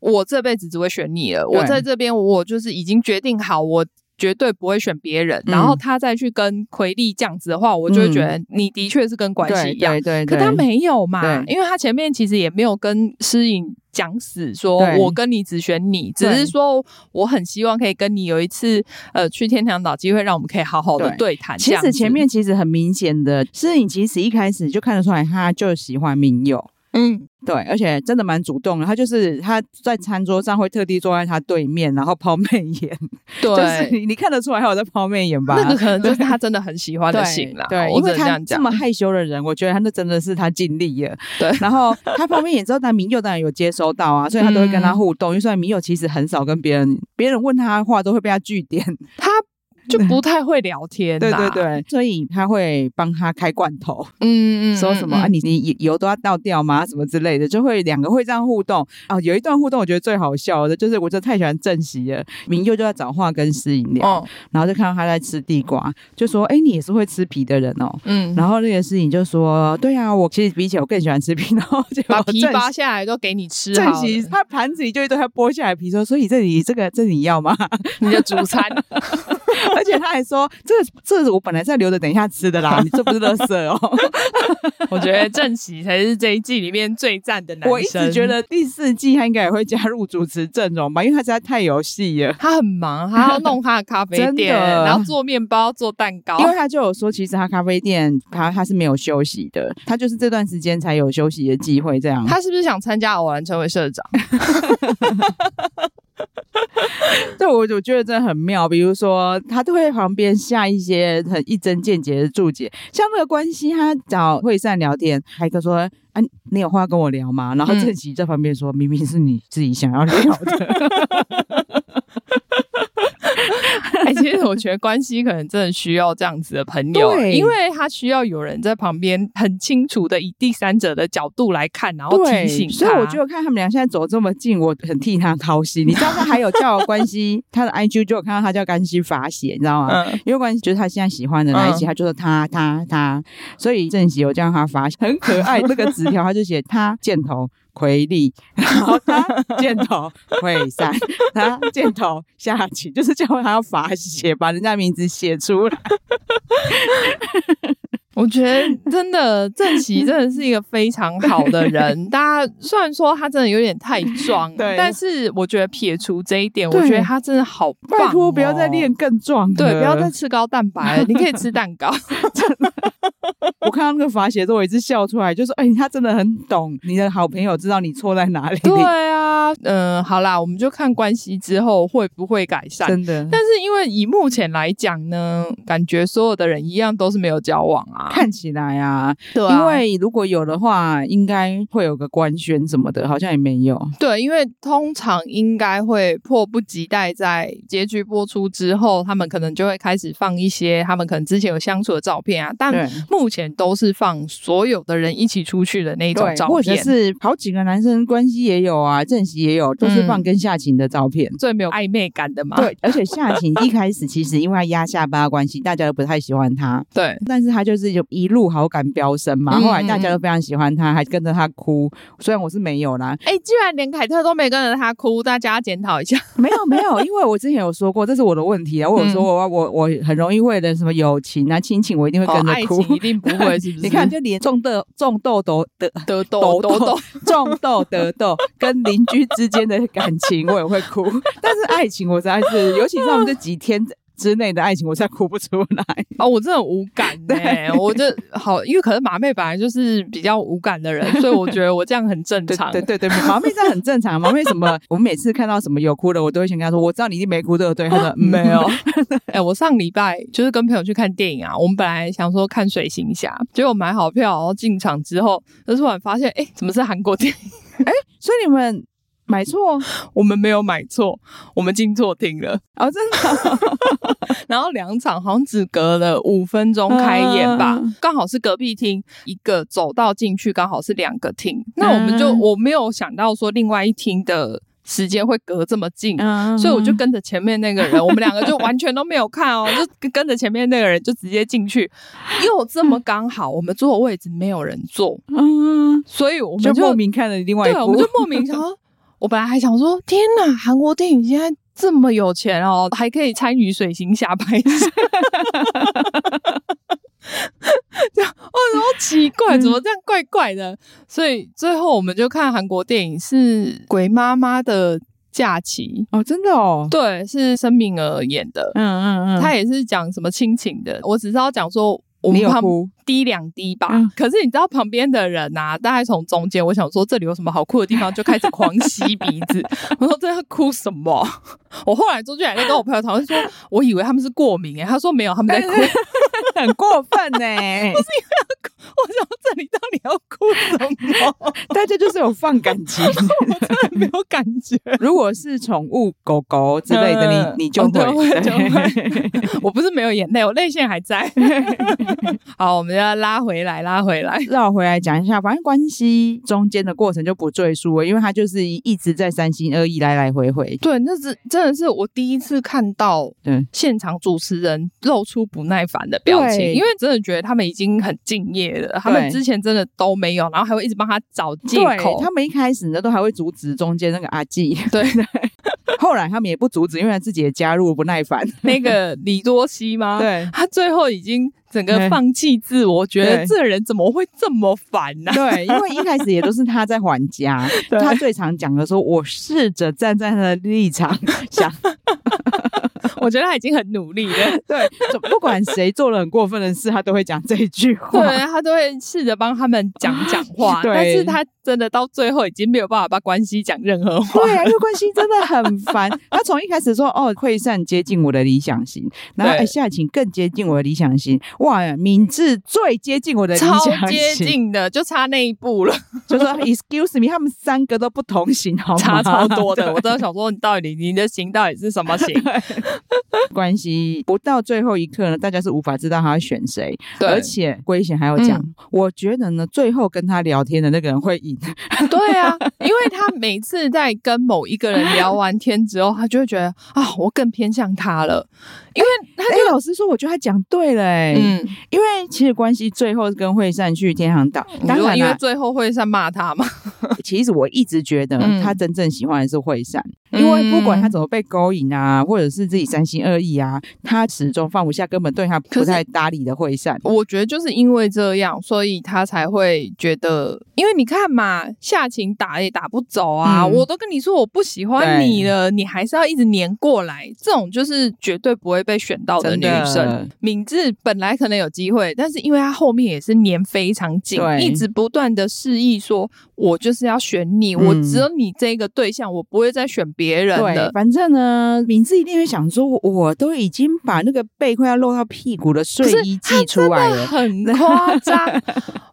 [SPEAKER 3] 我这辈子只会选你了，
[SPEAKER 2] 对
[SPEAKER 3] 我在这边我就是已经决定好我。绝对不会选别人，
[SPEAKER 2] 嗯
[SPEAKER 3] 然后他再去跟奎利这样子的话，我就会觉得你的确是跟关系
[SPEAKER 2] 对
[SPEAKER 3] 一样
[SPEAKER 2] 对，对，
[SPEAKER 3] 可
[SPEAKER 2] 对
[SPEAKER 3] 他没有嘛，
[SPEAKER 2] 对
[SPEAKER 3] 因为他前面其实也没有跟诗颖讲死说
[SPEAKER 2] 对
[SPEAKER 3] 我跟你只选你，只
[SPEAKER 2] 对
[SPEAKER 3] 是说我很希望可以跟你有一次呃去天堂岛机会，让我们可以好好的对谈。啊这
[SPEAKER 2] 其
[SPEAKER 3] 样子
[SPEAKER 2] 实前面其实很明显的，诗颖其实一开始就看得出来，她就喜欢明佑。
[SPEAKER 3] 嗯，
[SPEAKER 2] 对，而且真的蛮主动的。她就是她在餐桌上会特地坐在她对面，然后抛媚眼，
[SPEAKER 3] 对，
[SPEAKER 2] 就是你你看得出来她有在抛媚眼吧？
[SPEAKER 3] 那个可能就是他真的很喜欢的型啦。
[SPEAKER 2] 对，
[SPEAKER 3] 我
[SPEAKER 2] 因
[SPEAKER 3] 只
[SPEAKER 2] 为
[SPEAKER 3] 能这
[SPEAKER 2] 他
[SPEAKER 3] 样
[SPEAKER 2] 这
[SPEAKER 3] 讲
[SPEAKER 2] 么。害羞的人，我觉得他那真的是他尽力了。
[SPEAKER 3] 对
[SPEAKER 2] 然后他旁边也知道，但明佑当然有接收到啊，所以他都会跟他互动。因为虽然明佑其实很少跟别人，别人问他的话都会被他拒点，
[SPEAKER 3] 他 就不太会聊天
[SPEAKER 2] 对
[SPEAKER 3] 啦，
[SPEAKER 2] 对对，所以他会帮他开罐头，
[SPEAKER 3] 嗯，嗯嗯，
[SPEAKER 2] 说什么、啊
[SPEAKER 3] 嗯
[SPEAKER 2] 你你油都要倒掉吗？什么之类的，就会两个会这样互动啊。有一段互动我觉得最好笑的，就是我真的太喜欢郑熙了，明佑就在找话跟诗颖聊，
[SPEAKER 3] 哦，
[SPEAKER 2] 然后就看到他在吃地瓜，就说：“哎、你也是会吃皮的人哦。”
[SPEAKER 3] 嗯，
[SPEAKER 2] 然后那个事情就说，对啊，我其实比起来我更喜欢吃皮， 然后就
[SPEAKER 3] 把皮扒下来都给你吃
[SPEAKER 2] 正
[SPEAKER 3] 好了，
[SPEAKER 2] 席 他盘子里就一堆他剥下来的皮说，所以这里这个这你要吗？
[SPEAKER 3] 你的主餐。
[SPEAKER 2] 而且他还说，这个这个我本来是要留着等一下吃的啦，你这不是垃圾哦。
[SPEAKER 3] 我觉得郑喜才是这一季里面最赞的男生。
[SPEAKER 2] 我一直觉得第四季他应该也会加入主持阵容吧，因为他实在太有戏了。
[SPEAKER 3] 他很忙，他要弄他的咖啡
[SPEAKER 2] 真的
[SPEAKER 3] 店，然后做面包、做蛋糕
[SPEAKER 2] 因。为他就有说，其实他咖啡店他他是没有休息的，他就是这段时间才有休息的机会这样。
[SPEAKER 3] 他是不是想参加偶然成为社长？
[SPEAKER 2] 对我我觉得真的很妙，比如说他都会旁边下一些很一针见血的注解，像那个关系，他找惠善聊天，还跟说啊，你有话跟我聊吗？然后
[SPEAKER 3] 嗯
[SPEAKER 2] 郑琪在旁边说，明明是你自己想要聊的，
[SPEAKER 3] 哎、其实我觉得关系可能真的需要这样子的朋友，
[SPEAKER 2] 对
[SPEAKER 3] 因为他需要有人在旁边很清楚的以第三者的角度来看，然后提醒他。
[SPEAKER 2] 所以我觉得看他们俩现在走这么近，我很替他掏心。你知道他还有叫关系，他的 IG 就有看到他叫关系发泄，你知道吗？
[SPEAKER 3] 嗯，
[SPEAKER 2] 因为关系就是他现在喜欢的那一些，他就说他他他，所以郑熙有叫他发很可爱这个纸条，他就写他箭头魁力，然后他箭头溃散，他箭头下棋，就是叫他要罚写，把人家名字写出来。
[SPEAKER 3] 我觉得真的郑琪真的是一个非常好的人。大家虽然说他真的有点太壮，
[SPEAKER 2] 对
[SPEAKER 3] 但是我觉得撇除这一点，
[SPEAKER 2] 对
[SPEAKER 3] 我觉得他真的好棒、哦
[SPEAKER 2] 拜托，不要再练。更壮了，
[SPEAKER 3] 对，不要再吃高蛋白了，你可以吃 蛋糕。
[SPEAKER 2] 我看到那个罚写的时候，我一直笑出来，就说：“哎、他真的很懂你的好朋友，知道你错在哪里。”
[SPEAKER 3] 对啊，嗯，好啦，我们就看关系之后会不会改善。
[SPEAKER 2] 真的。
[SPEAKER 3] 但是因为以目前来讲呢，感觉所有的人一样都是没有交往啊，
[SPEAKER 2] 看起来啊，
[SPEAKER 3] 对
[SPEAKER 2] 因为如果有的话，应该会有个官宣什么的，好像也没有。
[SPEAKER 3] 对，因为通常应该会迫不及待在结局播出之后，他们可能就会开始放一些他们可能之前有相处的照片啊，但
[SPEAKER 2] 对
[SPEAKER 3] 目前都是放所有的人一起出去的那一种照
[SPEAKER 2] 或者
[SPEAKER 3] 片，
[SPEAKER 2] 是好几个男生关系也有啊，正席也有，都
[SPEAKER 3] 嗯
[SPEAKER 2] 是放跟夏晴的照片。
[SPEAKER 3] 最没有暧昧感的嘛。
[SPEAKER 2] 对，而且夏晴一开始其实因为她压下巴的关系，大家都不太喜欢她，
[SPEAKER 3] 对
[SPEAKER 2] 但是她就是有一路好感飙升嘛。
[SPEAKER 3] 嗯
[SPEAKER 2] 后来大家都非常喜欢她，还跟着她哭。虽然我是没有啦，
[SPEAKER 3] 哎、居然连凯特都没跟着他哭，大家检讨 一下。
[SPEAKER 2] 没有没有，因为我之前有说过，这是我的问题啊。
[SPEAKER 3] 嗯
[SPEAKER 2] 我有说我我我很容易为了什么友情啊、亲情，我一定会
[SPEAKER 3] 哦
[SPEAKER 2] 跟，
[SPEAKER 3] 爱
[SPEAKER 2] 着哭。
[SPEAKER 3] 情一定不会，是不是？
[SPEAKER 2] 你看，就连种豆种豆豆的
[SPEAKER 3] 得 抖抖抖，
[SPEAKER 2] 种豆得豆， 跟邻居之间的感情我也会哭， 但是爱情我实在是，尤其是我们这几天之内的爱情，我实在哭不出来。
[SPEAKER 3] 哦，我真的很无感欸呢、我就好，因为可能马妹本来就是比较无感的人，所以我觉得我这样很正
[SPEAKER 2] 对
[SPEAKER 3] 常。
[SPEAKER 2] 对对对， 毛妹这很正常。毛妹什么， 我每次看到什么有哭的，我都会先跟她说，我知道你一定没哭，对不对？她说嗯
[SPEAKER 3] 没有。哎、我上礼拜就是跟朋友去看电影啊，我们本来想说看水行侠，结果买好票，然后进场之后，就突然发现，哎、怎么是韩国电影？
[SPEAKER 2] 所以你们买错
[SPEAKER 3] 我们没有买错，我们进错厅了。
[SPEAKER 2] 哦，真的。
[SPEAKER 3] 然后两场好像只隔了五分钟开演吧
[SPEAKER 2] 嗯，
[SPEAKER 3] 刚、好是隔壁厅一个走道进去，刚好是两个厅。那我们就、
[SPEAKER 2] 嗯
[SPEAKER 3] 我没有想到说另外一厅的时间会隔这么近。
[SPEAKER 2] 嗯
[SPEAKER 3] 所以我就跟着前面那个人，我们两个就完全都没有看 哦，就跟跟着前面那个人就直接进去，又这么刚好，我们坐的位置没有人坐，
[SPEAKER 2] 嗯，
[SPEAKER 3] 所以我
[SPEAKER 2] 就
[SPEAKER 3] 们就
[SPEAKER 2] 莫名看了另外一
[SPEAKER 3] 对，我
[SPEAKER 2] 部
[SPEAKER 3] 们就，莫名想说， 我本来还想说，天哪，韩国电影现在这么有钱哦，还可以参与水行侠拍摄。 这样，哦，然后奇怪，怎么这样怪怪的？所以最后我们就看韩国电影是《鬼妈妈的假期
[SPEAKER 2] 哦，真的哦》，，
[SPEAKER 3] 对，是申敏儿演的，
[SPEAKER 2] 嗯嗯嗯，
[SPEAKER 3] 她也是讲什么亲情的。我只是要讲说，我
[SPEAKER 2] 你
[SPEAKER 3] 们
[SPEAKER 2] 有
[SPEAKER 3] 旁
[SPEAKER 2] 哭
[SPEAKER 3] 滴两滴吧。
[SPEAKER 2] 嗯
[SPEAKER 3] 可是你知道旁边的人呐、大概从中间，我想说这里有什么好哭的地方，就开始狂吸鼻子。 我说这要哭什么？我后来周俊还在跟我朋友讨论说，我以为他们是过敏诶、欸他说没有，他们在哭。我 想
[SPEAKER 2] 很过分呢、
[SPEAKER 3] 说这里到底要哭什 么？
[SPEAKER 2] 大家就是有放感 情。
[SPEAKER 3] 没有感觉，
[SPEAKER 2] 如果是宠物狗狗之类的，
[SPEAKER 3] 嗯
[SPEAKER 2] 你你就会、
[SPEAKER 3] 哦对会就
[SPEAKER 2] 对
[SPEAKER 3] 我不是没有眼泪，我泪腺还 在。好，我们要拉回来，拉回来。
[SPEAKER 2] 绕回来讲一下，反正关系中间的过程就不赘述了，因为他就是一直在三心二意来来回回。
[SPEAKER 3] 对，那是真的是我第一次看到
[SPEAKER 2] 对
[SPEAKER 3] 现场主持人露出不耐烦的表情，
[SPEAKER 2] 对
[SPEAKER 3] 因为真的觉得他们已经很敬业了，他们
[SPEAKER 2] 对
[SPEAKER 3] 之前真的都没有，然后还会一直帮他找借口
[SPEAKER 2] 对。他们一开始呢都还会阻止中间那个阿纪，
[SPEAKER 3] 对，
[SPEAKER 2] 后来他们也不阻止，因为他自己也加入了不耐烦。
[SPEAKER 3] 那个李多熙吗？，
[SPEAKER 2] 对
[SPEAKER 3] 他最后已经整
[SPEAKER 2] 对
[SPEAKER 3] 个放弃自我，觉得
[SPEAKER 2] 对
[SPEAKER 3] 这人怎么会这么烦啊呢、
[SPEAKER 2] 对，因为一开始也都是他在还家，
[SPEAKER 3] 对
[SPEAKER 2] 他最常讲的说：“我试着站在他的立 场想
[SPEAKER 3] 我觉得他已经很努力 了，
[SPEAKER 2] 对，就不管谁做了很过分的事，他都会讲这一句话。
[SPEAKER 3] 对啊他都会试着帮他们 讲讲话，
[SPEAKER 2] 对
[SPEAKER 3] 但是他真的到最后已经没有办法把关系讲任何话。
[SPEAKER 2] 对啊，因为关系真的很烦。他从一开始说哦，惠善接近我的理想型，然后
[SPEAKER 3] 对
[SPEAKER 2] 哎夏晴更接近我的理想型，哇，敏智最接近我的理
[SPEAKER 3] 超
[SPEAKER 2] 想
[SPEAKER 3] 接
[SPEAKER 2] 型，
[SPEAKER 3] 近的，就差那一步了，
[SPEAKER 2] 就说哎 Excuse me，他们三
[SPEAKER 3] 哦
[SPEAKER 2] 个都不同型，好吗？
[SPEAKER 3] 差超多 的。
[SPEAKER 2] 对
[SPEAKER 3] 我真的想说，你到底你的型到底是什么型？
[SPEAKER 2] 关系不到最后一刻呢，大家是无法知道他要选谁。
[SPEAKER 3] 对，
[SPEAKER 2] 而且龟贤还有讲，
[SPEAKER 3] 嗯
[SPEAKER 2] 我觉得呢，最后跟他聊天的那个人会赢。 哎
[SPEAKER 3] 对啊，因为他每次在跟某一个人聊完天之后，他就会觉得啊，我更偏向他了，因为他
[SPEAKER 2] 哎、老师说，我觉得他讲对了、哎、
[SPEAKER 3] 嗯，
[SPEAKER 2] 因为其实关系最后跟惠善去天堂岛，当
[SPEAKER 3] 你说
[SPEAKER 2] 然
[SPEAKER 3] 因为
[SPEAKER 2] 啦，
[SPEAKER 3] 最后会善骂他嘛，
[SPEAKER 2] 其实我一直觉得
[SPEAKER 3] 嗯
[SPEAKER 2] 他真正喜欢的是惠善，因为不管他怎么被勾引啊，或者是自己三心二意啊，他始终放不下根本对他
[SPEAKER 3] 可
[SPEAKER 2] 不
[SPEAKER 3] 是
[SPEAKER 2] 太搭理的惠善。
[SPEAKER 3] 我觉得就是因为这样，所以他才会觉得，因为你看嘛，夏晴打也打不走啊，
[SPEAKER 2] 嗯
[SPEAKER 3] 我都跟你说我不喜欢
[SPEAKER 2] 对
[SPEAKER 3] 你了，你还是要一直黏过来，这种就是绝对不会被选到的
[SPEAKER 2] 真
[SPEAKER 3] 女
[SPEAKER 2] 的
[SPEAKER 3] 生。敏智本来可能有机会，但是因为她后面也是黏非常紧，
[SPEAKER 2] 对
[SPEAKER 3] 一直不断的示意说，我就是要选你，
[SPEAKER 2] 嗯
[SPEAKER 3] 我只有你这个对象，我不会再选别人
[SPEAKER 2] 对
[SPEAKER 3] 的，。
[SPEAKER 2] 反正呢，敏智一定会想说，我我都已经把那个背快要露到屁股的睡衣
[SPEAKER 3] 他
[SPEAKER 2] 寄出来
[SPEAKER 3] 真的
[SPEAKER 2] 了，
[SPEAKER 3] 很夸张。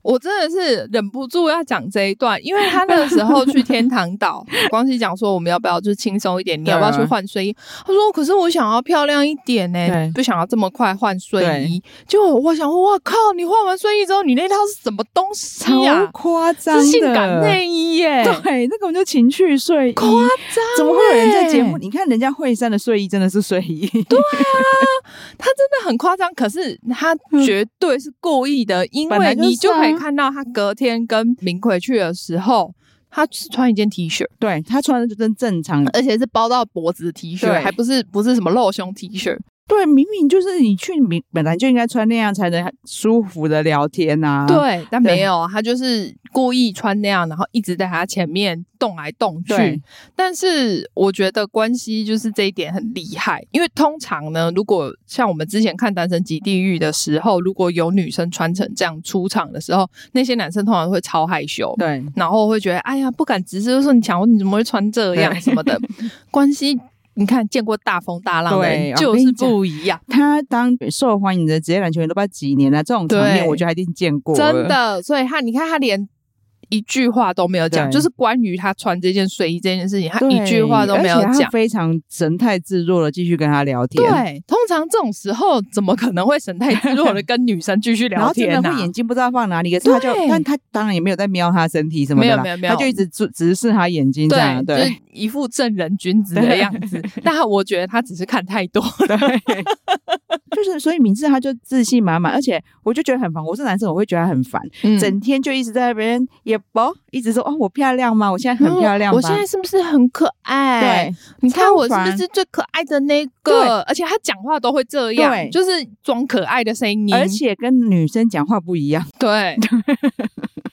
[SPEAKER 3] 我真的是忍不住要讲这一段，因为他那个时候去天堂 岛，光熙讲说我们要不要就是轻松一点，你
[SPEAKER 2] 对啊
[SPEAKER 3] 要不要去换睡衣？他说可是我想要漂亮一点呢、
[SPEAKER 2] 对
[SPEAKER 3] 不想要这么快换睡衣。结果我想说，哇靠，你换完睡衣之后，你那套是什么东西呀、
[SPEAKER 2] 超
[SPEAKER 3] 啊？
[SPEAKER 2] 夸张的
[SPEAKER 3] 是性感内衣耶、
[SPEAKER 2] 对，那根本就情趣睡衣，
[SPEAKER 3] 夸张、欸
[SPEAKER 2] 怎么会有人在节目？？你看人家惠山的睡衣真的是睡衣，对，
[SPEAKER 3] 啊他真的很夸张，可是他绝对是故意的，因
[SPEAKER 2] 本来
[SPEAKER 3] 为
[SPEAKER 2] 就是啊
[SPEAKER 3] 你嗯就可以看到他隔天跟明奎去的时候，他是穿一件 T 恤，
[SPEAKER 2] 对他穿的就跟正常
[SPEAKER 3] 而且是包到脖子的 T 恤，
[SPEAKER 2] 对
[SPEAKER 3] 还不是不是什么露胸 T 恤。
[SPEAKER 2] 对，明明就是你去明本来就应该穿那样才能舒服的聊天呐、啊。，
[SPEAKER 3] 对，但
[SPEAKER 2] 对
[SPEAKER 3] 没有，他就是故意穿那样，然后一直在他前面动来动去
[SPEAKER 2] 对。
[SPEAKER 3] 但是我觉得关系就是这一点很厉害，因为通常呢，如果像我们之前看《单身即地狱》的时候，如果有女生穿成这样出场的时候，那些男生通常会超害羞。
[SPEAKER 2] 对
[SPEAKER 3] 然后会觉得哎呀不敢直视，就说你想你怎么会穿这样
[SPEAKER 2] 对
[SPEAKER 3] 什么的，关系。你看，见过大风大浪的
[SPEAKER 2] 对
[SPEAKER 3] 人
[SPEAKER 2] 我
[SPEAKER 3] 就
[SPEAKER 2] 跟你
[SPEAKER 3] 是
[SPEAKER 2] 讲
[SPEAKER 3] 不一样，
[SPEAKER 2] 他当受欢迎的职业篮球员都不知道几年了、这种场面
[SPEAKER 3] 对
[SPEAKER 2] 我觉得他一定见过了
[SPEAKER 3] 真。的。所以他，你看他连一句话都没有讲，
[SPEAKER 2] 对
[SPEAKER 3] 就是关于他穿这件睡衣这件事情，他
[SPEAKER 2] 对
[SPEAKER 3] 一句话都没有
[SPEAKER 2] 而且他
[SPEAKER 3] 讲。
[SPEAKER 2] 非常神态自若的继续跟他聊天，，
[SPEAKER 3] 对，通常这种时候怎么可能会神态自若的跟女生继续
[SPEAKER 2] 然
[SPEAKER 3] 聊
[SPEAKER 2] 后真
[SPEAKER 3] 天啊
[SPEAKER 2] 的
[SPEAKER 3] 呢、
[SPEAKER 2] 会眼睛不知道放哪里，可是他就
[SPEAKER 3] 对，
[SPEAKER 2] 但他当然也没有在瞄他身体什么的啦，
[SPEAKER 3] 没有没有没有
[SPEAKER 2] 他就一直直直视他眼睛这样，
[SPEAKER 3] 对，就
[SPEAKER 2] 啊对
[SPEAKER 3] 是一副正人君子的
[SPEAKER 2] 对
[SPEAKER 3] 样子。但我觉得他只是看太 多了。
[SPEAKER 2] 就是所以明智他就自信满满，而且我就觉得很烦，我是男生我会觉得他很烦，
[SPEAKER 3] 嗯
[SPEAKER 2] 整天就一直在那边也不一直说哦我漂亮吗？我现在很漂亮吗？
[SPEAKER 3] 我现在是不是很可爱？
[SPEAKER 2] 对，
[SPEAKER 3] 你看
[SPEAKER 2] 超
[SPEAKER 3] 我是不
[SPEAKER 2] 烦
[SPEAKER 3] 是最可爱的那
[SPEAKER 2] 对
[SPEAKER 3] 个？而且他讲话都会这样
[SPEAKER 2] 对，
[SPEAKER 3] 就是装可爱的声音，
[SPEAKER 2] 而且跟女生讲话不一样，
[SPEAKER 3] 对，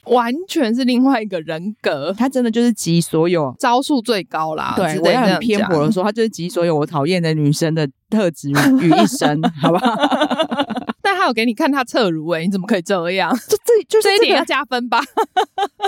[SPEAKER 3] 完全是另外一个人格，
[SPEAKER 2] 她真的就是集所有。
[SPEAKER 3] 招数最高啦。啊只
[SPEAKER 2] 我
[SPEAKER 3] 能
[SPEAKER 2] 要
[SPEAKER 3] 这
[SPEAKER 2] 很
[SPEAKER 3] 样
[SPEAKER 2] 偏
[SPEAKER 3] 讲
[SPEAKER 2] 颇的说，她就是集所有我讨厌的女生的特质于一身，好吧？
[SPEAKER 3] 但他有给你看他侧乳哎，你怎么可以这 样？
[SPEAKER 2] 这这就是
[SPEAKER 3] 这一
[SPEAKER 2] 这
[SPEAKER 3] 点要
[SPEAKER 2] 个。
[SPEAKER 3] 加分 吧？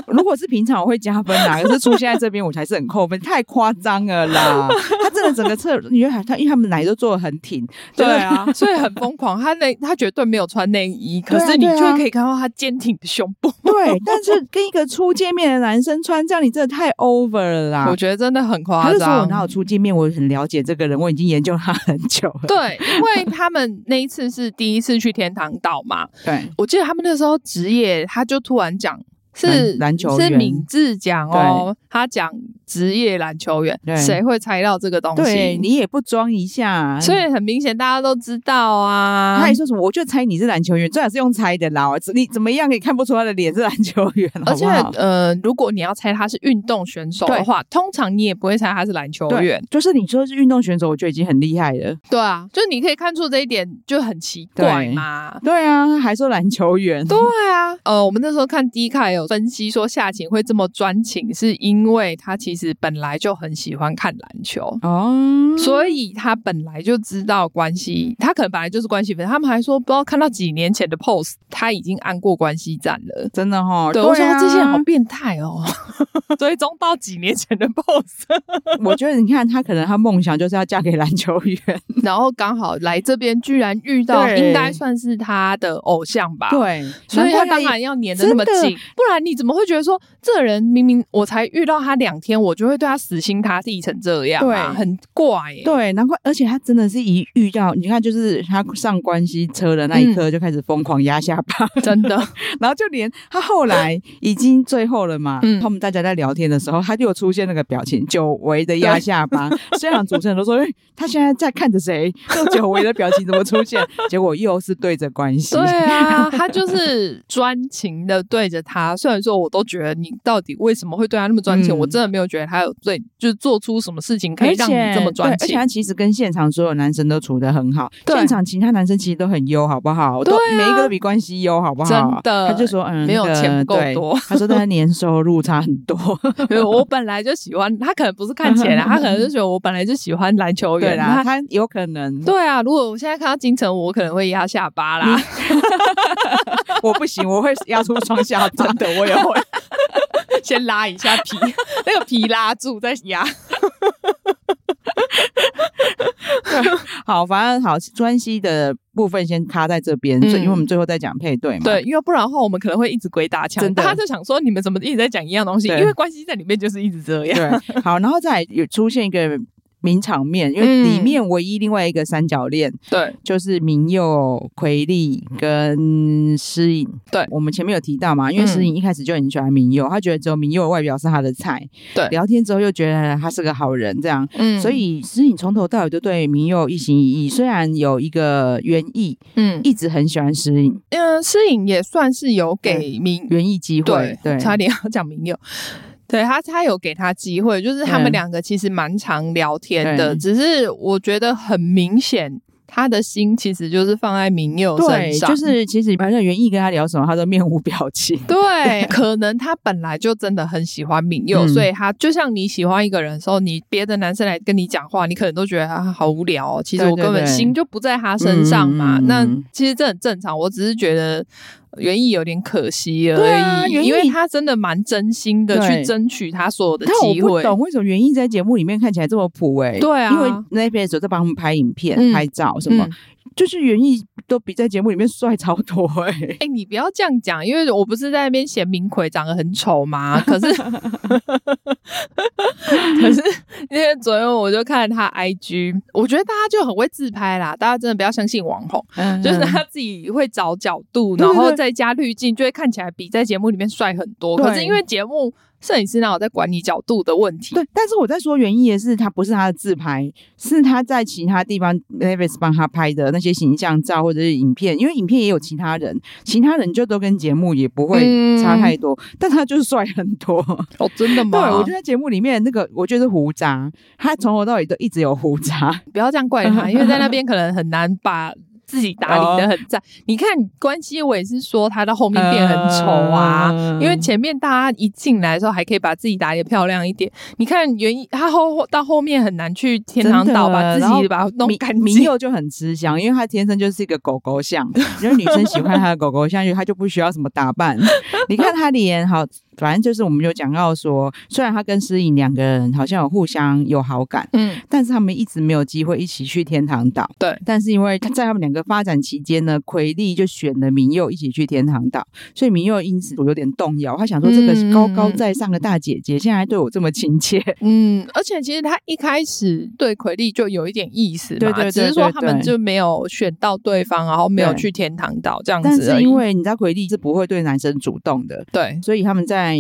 [SPEAKER 2] 如果是平常我会加分啦，可是出现在这边我才是很扣分，太夸张了 啦！她真的整个侧，因为她因为他们奶都做的很挺，就是
[SPEAKER 3] 对啊， 所以很疯狂。他那他绝对没有穿内衣，可
[SPEAKER 2] 对啊
[SPEAKER 3] 是你
[SPEAKER 2] 对啊
[SPEAKER 3] 就可以看到他坚挺的胸部。
[SPEAKER 2] 对，但是跟一个初见面的男生穿这样，你真的太 over 了啦！
[SPEAKER 3] 我觉得真的很
[SPEAKER 2] 啊他
[SPEAKER 3] 夸
[SPEAKER 2] 就说我
[SPEAKER 3] 张。
[SPEAKER 2] 哪有初见面，我很了解这个人，我已经研究他很久了。
[SPEAKER 3] 对，因为他们那一次是第一次去天堂岛嘛，
[SPEAKER 2] 对
[SPEAKER 3] 我记得他们那时候职业，他就突然讲是
[SPEAKER 2] 篮篮球员
[SPEAKER 3] 是敏智讲哦，他讲职业篮球员
[SPEAKER 2] 对，
[SPEAKER 3] 谁会猜到这个东
[SPEAKER 2] 对，
[SPEAKER 3] 西？
[SPEAKER 2] 你也不装一下，啊
[SPEAKER 3] 所以很明显，大家都知道啊
[SPEAKER 2] 他。还说什么？我就猜你是篮球员，最好是用猜的啦。我你怎么样也看不出他的脸是篮球员，
[SPEAKER 3] 而且
[SPEAKER 2] 好不好
[SPEAKER 3] 呃，如果你要猜他是运动选手的
[SPEAKER 2] 对
[SPEAKER 3] 话，通常你也不会猜他是篮球
[SPEAKER 2] 对，。
[SPEAKER 3] 员
[SPEAKER 2] 就是你说是运动选手，我就已经很厉害了。
[SPEAKER 3] 对啊，就是你可以看出这一点就很奇怪嘛。
[SPEAKER 2] 对啊，还说篮球员，
[SPEAKER 3] 对啊，呃，我们那时候看 D 卡有分析说夏晴会这么专情，是因为她其实本来就很喜欢看篮球。
[SPEAKER 2] 哦，
[SPEAKER 3] 所以他本来就知道关系，他可能本来就是关系粉。他们还说，不知道看到几年前的 post，他已经按过关系站了。
[SPEAKER 2] 真的哈，
[SPEAKER 3] 对，
[SPEAKER 2] 啊
[SPEAKER 3] 我想说这些人好变态 哦，追踪到几年前的 post，
[SPEAKER 2] 我觉得你看他可能他梦想就是要嫁给篮球员，
[SPEAKER 3] 然后刚好来这边居然遇到，
[SPEAKER 2] 对
[SPEAKER 3] 应该算是他的偶像吧？，
[SPEAKER 2] 对，
[SPEAKER 3] 啊所以他
[SPEAKER 2] 难怪
[SPEAKER 3] 当
[SPEAKER 2] 也
[SPEAKER 3] 然要粘的那么
[SPEAKER 2] 真的
[SPEAKER 3] 紧，不然你怎么会觉得说这人明明我才遇到他两天，我就会对他死心塌地成这样、啊？
[SPEAKER 2] 对
[SPEAKER 3] 很怪、欸。
[SPEAKER 2] 对，难怪，而且他真的是一遇到，你看，就是他上关系车的那一刻就开始疯狂压下巴，
[SPEAKER 3] 真的，
[SPEAKER 2] 然后就连他后来已经最后了嘛，
[SPEAKER 3] 嗯
[SPEAKER 2] 他们大家在聊天的时候，他就有出现那个表情，久违的压下 巴。现场主持人都说，哎，他现在在看着谁？这久违的表情怎么出现？结果又是对着关系。
[SPEAKER 3] 对啊，他就是专情的对着他。虽然说我都觉得你到底为什么会对他那么专情，
[SPEAKER 2] 嗯
[SPEAKER 3] 我真的没有觉得他有对，就是做出什么事情可以
[SPEAKER 2] 而
[SPEAKER 3] 让
[SPEAKER 2] 且
[SPEAKER 3] 你这么专
[SPEAKER 2] 对而且
[SPEAKER 3] 情。
[SPEAKER 2] 他其实跟现场所有男生都处得很好，
[SPEAKER 3] 对
[SPEAKER 2] 现场其他男生其实都很优，好不好？
[SPEAKER 3] 对啊
[SPEAKER 2] 都每一个都比关系优，好不好？
[SPEAKER 3] 真的
[SPEAKER 2] 他就说嗯，
[SPEAKER 3] 没有
[SPEAKER 2] 那个
[SPEAKER 3] 钱不够
[SPEAKER 2] 对
[SPEAKER 3] 多
[SPEAKER 2] 他说他的年收入差很 多，
[SPEAKER 3] 没有我本来就喜欢他，可能不是看钱 啊，他可能就觉得我本来就喜欢篮球
[SPEAKER 2] 对
[SPEAKER 3] 员
[SPEAKER 2] 啦，
[SPEAKER 3] 他
[SPEAKER 2] 他有可能，
[SPEAKER 3] 对啊，如果我现在看到金城武，我可能会压下巴啦。
[SPEAKER 2] 我不行，我会压出双 下巴，真的，我也会。
[SPEAKER 3] 先拉一下 皮，那个皮拉住再压。
[SPEAKER 2] 好，反正好，关系的部分先卡在这边，
[SPEAKER 3] 嗯
[SPEAKER 2] 所以因为我们最后再讲配对嘛。
[SPEAKER 3] 对，。因为不然的话，我们可能会一直鬼打墙。
[SPEAKER 2] 真的
[SPEAKER 3] 大家就想说，你们怎么一直在讲一样东西？
[SPEAKER 2] 对
[SPEAKER 3] 因为关系在里面就是一直这样。
[SPEAKER 2] 对，好，然后再来有出现一个名场面，因为
[SPEAKER 3] 嗯
[SPEAKER 2] 里面唯一另外一个三角恋、
[SPEAKER 3] 对
[SPEAKER 2] 就是明佑、奎利跟诗颖。
[SPEAKER 3] 嗯对嗯
[SPEAKER 2] 我们前面有提到嘛，因为诗颖一开始就很喜欢明佑，她觉得只有明佑的外表是她的菜。
[SPEAKER 3] 对
[SPEAKER 2] 聊天之后又觉得他是个好人，这样。
[SPEAKER 3] 嗯
[SPEAKER 2] 所以诗颖从头到尾都对明佑一心一意，虽然有一个原意，
[SPEAKER 3] 嗯，
[SPEAKER 2] 一直很喜欢诗颖，
[SPEAKER 3] 嗯，诗颖也算是有给明
[SPEAKER 2] 原意机会
[SPEAKER 3] 对，
[SPEAKER 2] 对，
[SPEAKER 3] 差点要讲明佑。对他，他有给他机会，就是他
[SPEAKER 2] 嗯
[SPEAKER 3] 们两个其实蛮常聊天的，
[SPEAKER 2] 对
[SPEAKER 3] 只是我觉得很明显，他的心其实就是放在明佑身
[SPEAKER 2] 对，
[SPEAKER 3] 上，嗯
[SPEAKER 2] 就是其实反正原意跟他聊什么，他都面无表情。
[SPEAKER 3] 对，可能他本来就真的很喜欢敏佑，
[SPEAKER 2] 嗯
[SPEAKER 3] 所以他就像你喜欢一个人的时候，你别的男生来跟你讲话，你可能都觉得啊好无聊、哦。其实
[SPEAKER 2] 对
[SPEAKER 3] 我
[SPEAKER 2] 对
[SPEAKER 3] 根本
[SPEAKER 2] 对
[SPEAKER 3] 心就不在他身上
[SPEAKER 2] 嗯
[SPEAKER 3] 嘛。
[SPEAKER 2] 嗯嗯
[SPEAKER 3] 那
[SPEAKER 2] 嗯
[SPEAKER 3] 其实这很正常，我只是觉得。原意有点可惜而
[SPEAKER 2] 对啊
[SPEAKER 3] 已，
[SPEAKER 2] 原意
[SPEAKER 3] 因为他真的蛮真心的
[SPEAKER 2] 对
[SPEAKER 3] 去争取他所有 的
[SPEAKER 2] 但我
[SPEAKER 3] 机
[SPEAKER 2] 不
[SPEAKER 3] 会。
[SPEAKER 2] 懂为什么原意在节目里面看起来这么普哎、
[SPEAKER 3] 对啊
[SPEAKER 2] 因为那边有在帮他们拍影片、
[SPEAKER 3] 嗯
[SPEAKER 2] 拍照什么，
[SPEAKER 3] 嗯
[SPEAKER 2] 就是原意都比在节目里面帅超多哎、
[SPEAKER 3] 哎、你不要这样讲，因为我不是在那边嫌明奎长得很丑吗？可 是，可是因为昨天我就看他 IG，我觉得大家就很会自拍啦，大家真的不要相信网红，
[SPEAKER 2] 嗯
[SPEAKER 3] 就是他自己会找角度，
[SPEAKER 2] 对
[SPEAKER 3] 然
[SPEAKER 2] 对
[SPEAKER 3] 后
[SPEAKER 2] 对
[SPEAKER 3] 再加滤镜，就会看起来比在节目里面帅很多。可是
[SPEAKER 2] 对
[SPEAKER 3] 因为节目摄影师哪有在管你角度的问题？
[SPEAKER 2] 对，但是我在说原意的是他不是他的自拍，是他在其他地方 Navis 帮他拍的那些形象照或者是影片，因为影片也有其他人，其他人就都跟节目也不会差太多，但他就是帅很多。
[SPEAKER 3] 哦，真的
[SPEAKER 2] 对，
[SPEAKER 3] 吗？
[SPEAKER 2] 我觉得在节目里面那个我觉得是胡渣，他从头到尾都一直有胡渣。
[SPEAKER 3] 不要这样怪他，因为在那边可能很难把自己打
[SPEAKER 2] 哦
[SPEAKER 3] 理的很赞。你看关系，我也是说他到后面变很丑啊，
[SPEAKER 2] 嗯
[SPEAKER 3] 因为前面大家一进来的时候还可以把自己打理的漂亮一点。你看原因，他后到后面很难去天堂岛
[SPEAKER 2] 真的
[SPEAKER 3] 把自
[SPEAKER 2] 然后
[SPEAKER 3] 己把它弄
[SPEAKER 2] 明
[SPEAKER 3] 干
[SPEAKER 2] 明
[SPEAKER 3] 净。
[SPEAKER 2] 佑就很吃香，因为他天生就是一个狗狗像， 因为女生喜欢他的狗狗像，因为他就不需要什么打 扮。你看他脸好，反正就是我们有讲到说，虽然他跟诗颖两个人好像有互相有好感，
[SPEAKER 3] 嗯，
[SPEAKER 2] 但是他们一直没有机会一起去天堂岛。
[SPEAKER 3] 对，
[SPEAKER 2] 但是因为在他们两个发展期间呢，奎利就选了明佑一起去天堂岛，所以明佑因此有点动摇，他想说这个
[SPEAKER 3] 嗯
[SPEAKER 2] 高高在上的大姐姐，现在还对我这么亲切，
[SPEAKER 3] 嗯，而且其实他一开始对奎利就有一点意思嘛，
[SPEAKER 2] 对对对
[SPEAKER 3] 只是说他
[SPEAKER 2] 对
[SPEAKER 3] 们
[SPEAKER 2] 对
[SPEAKER 3] 就没有选到对方，然后没有
[SPEAKER 2] 对
[SPEAKER 3] 去天堂岛这样
[SPEAKER 2] 但
[SPEAKER 3] 子而
[SPEAKER 2] 是
[SPEAKER 3] 已。
[SPEAKER 2] 因为你知道奎利是不会对男生主动的，
[SPEAKER 3] 对，
[SPEAKER 2] 所以他们在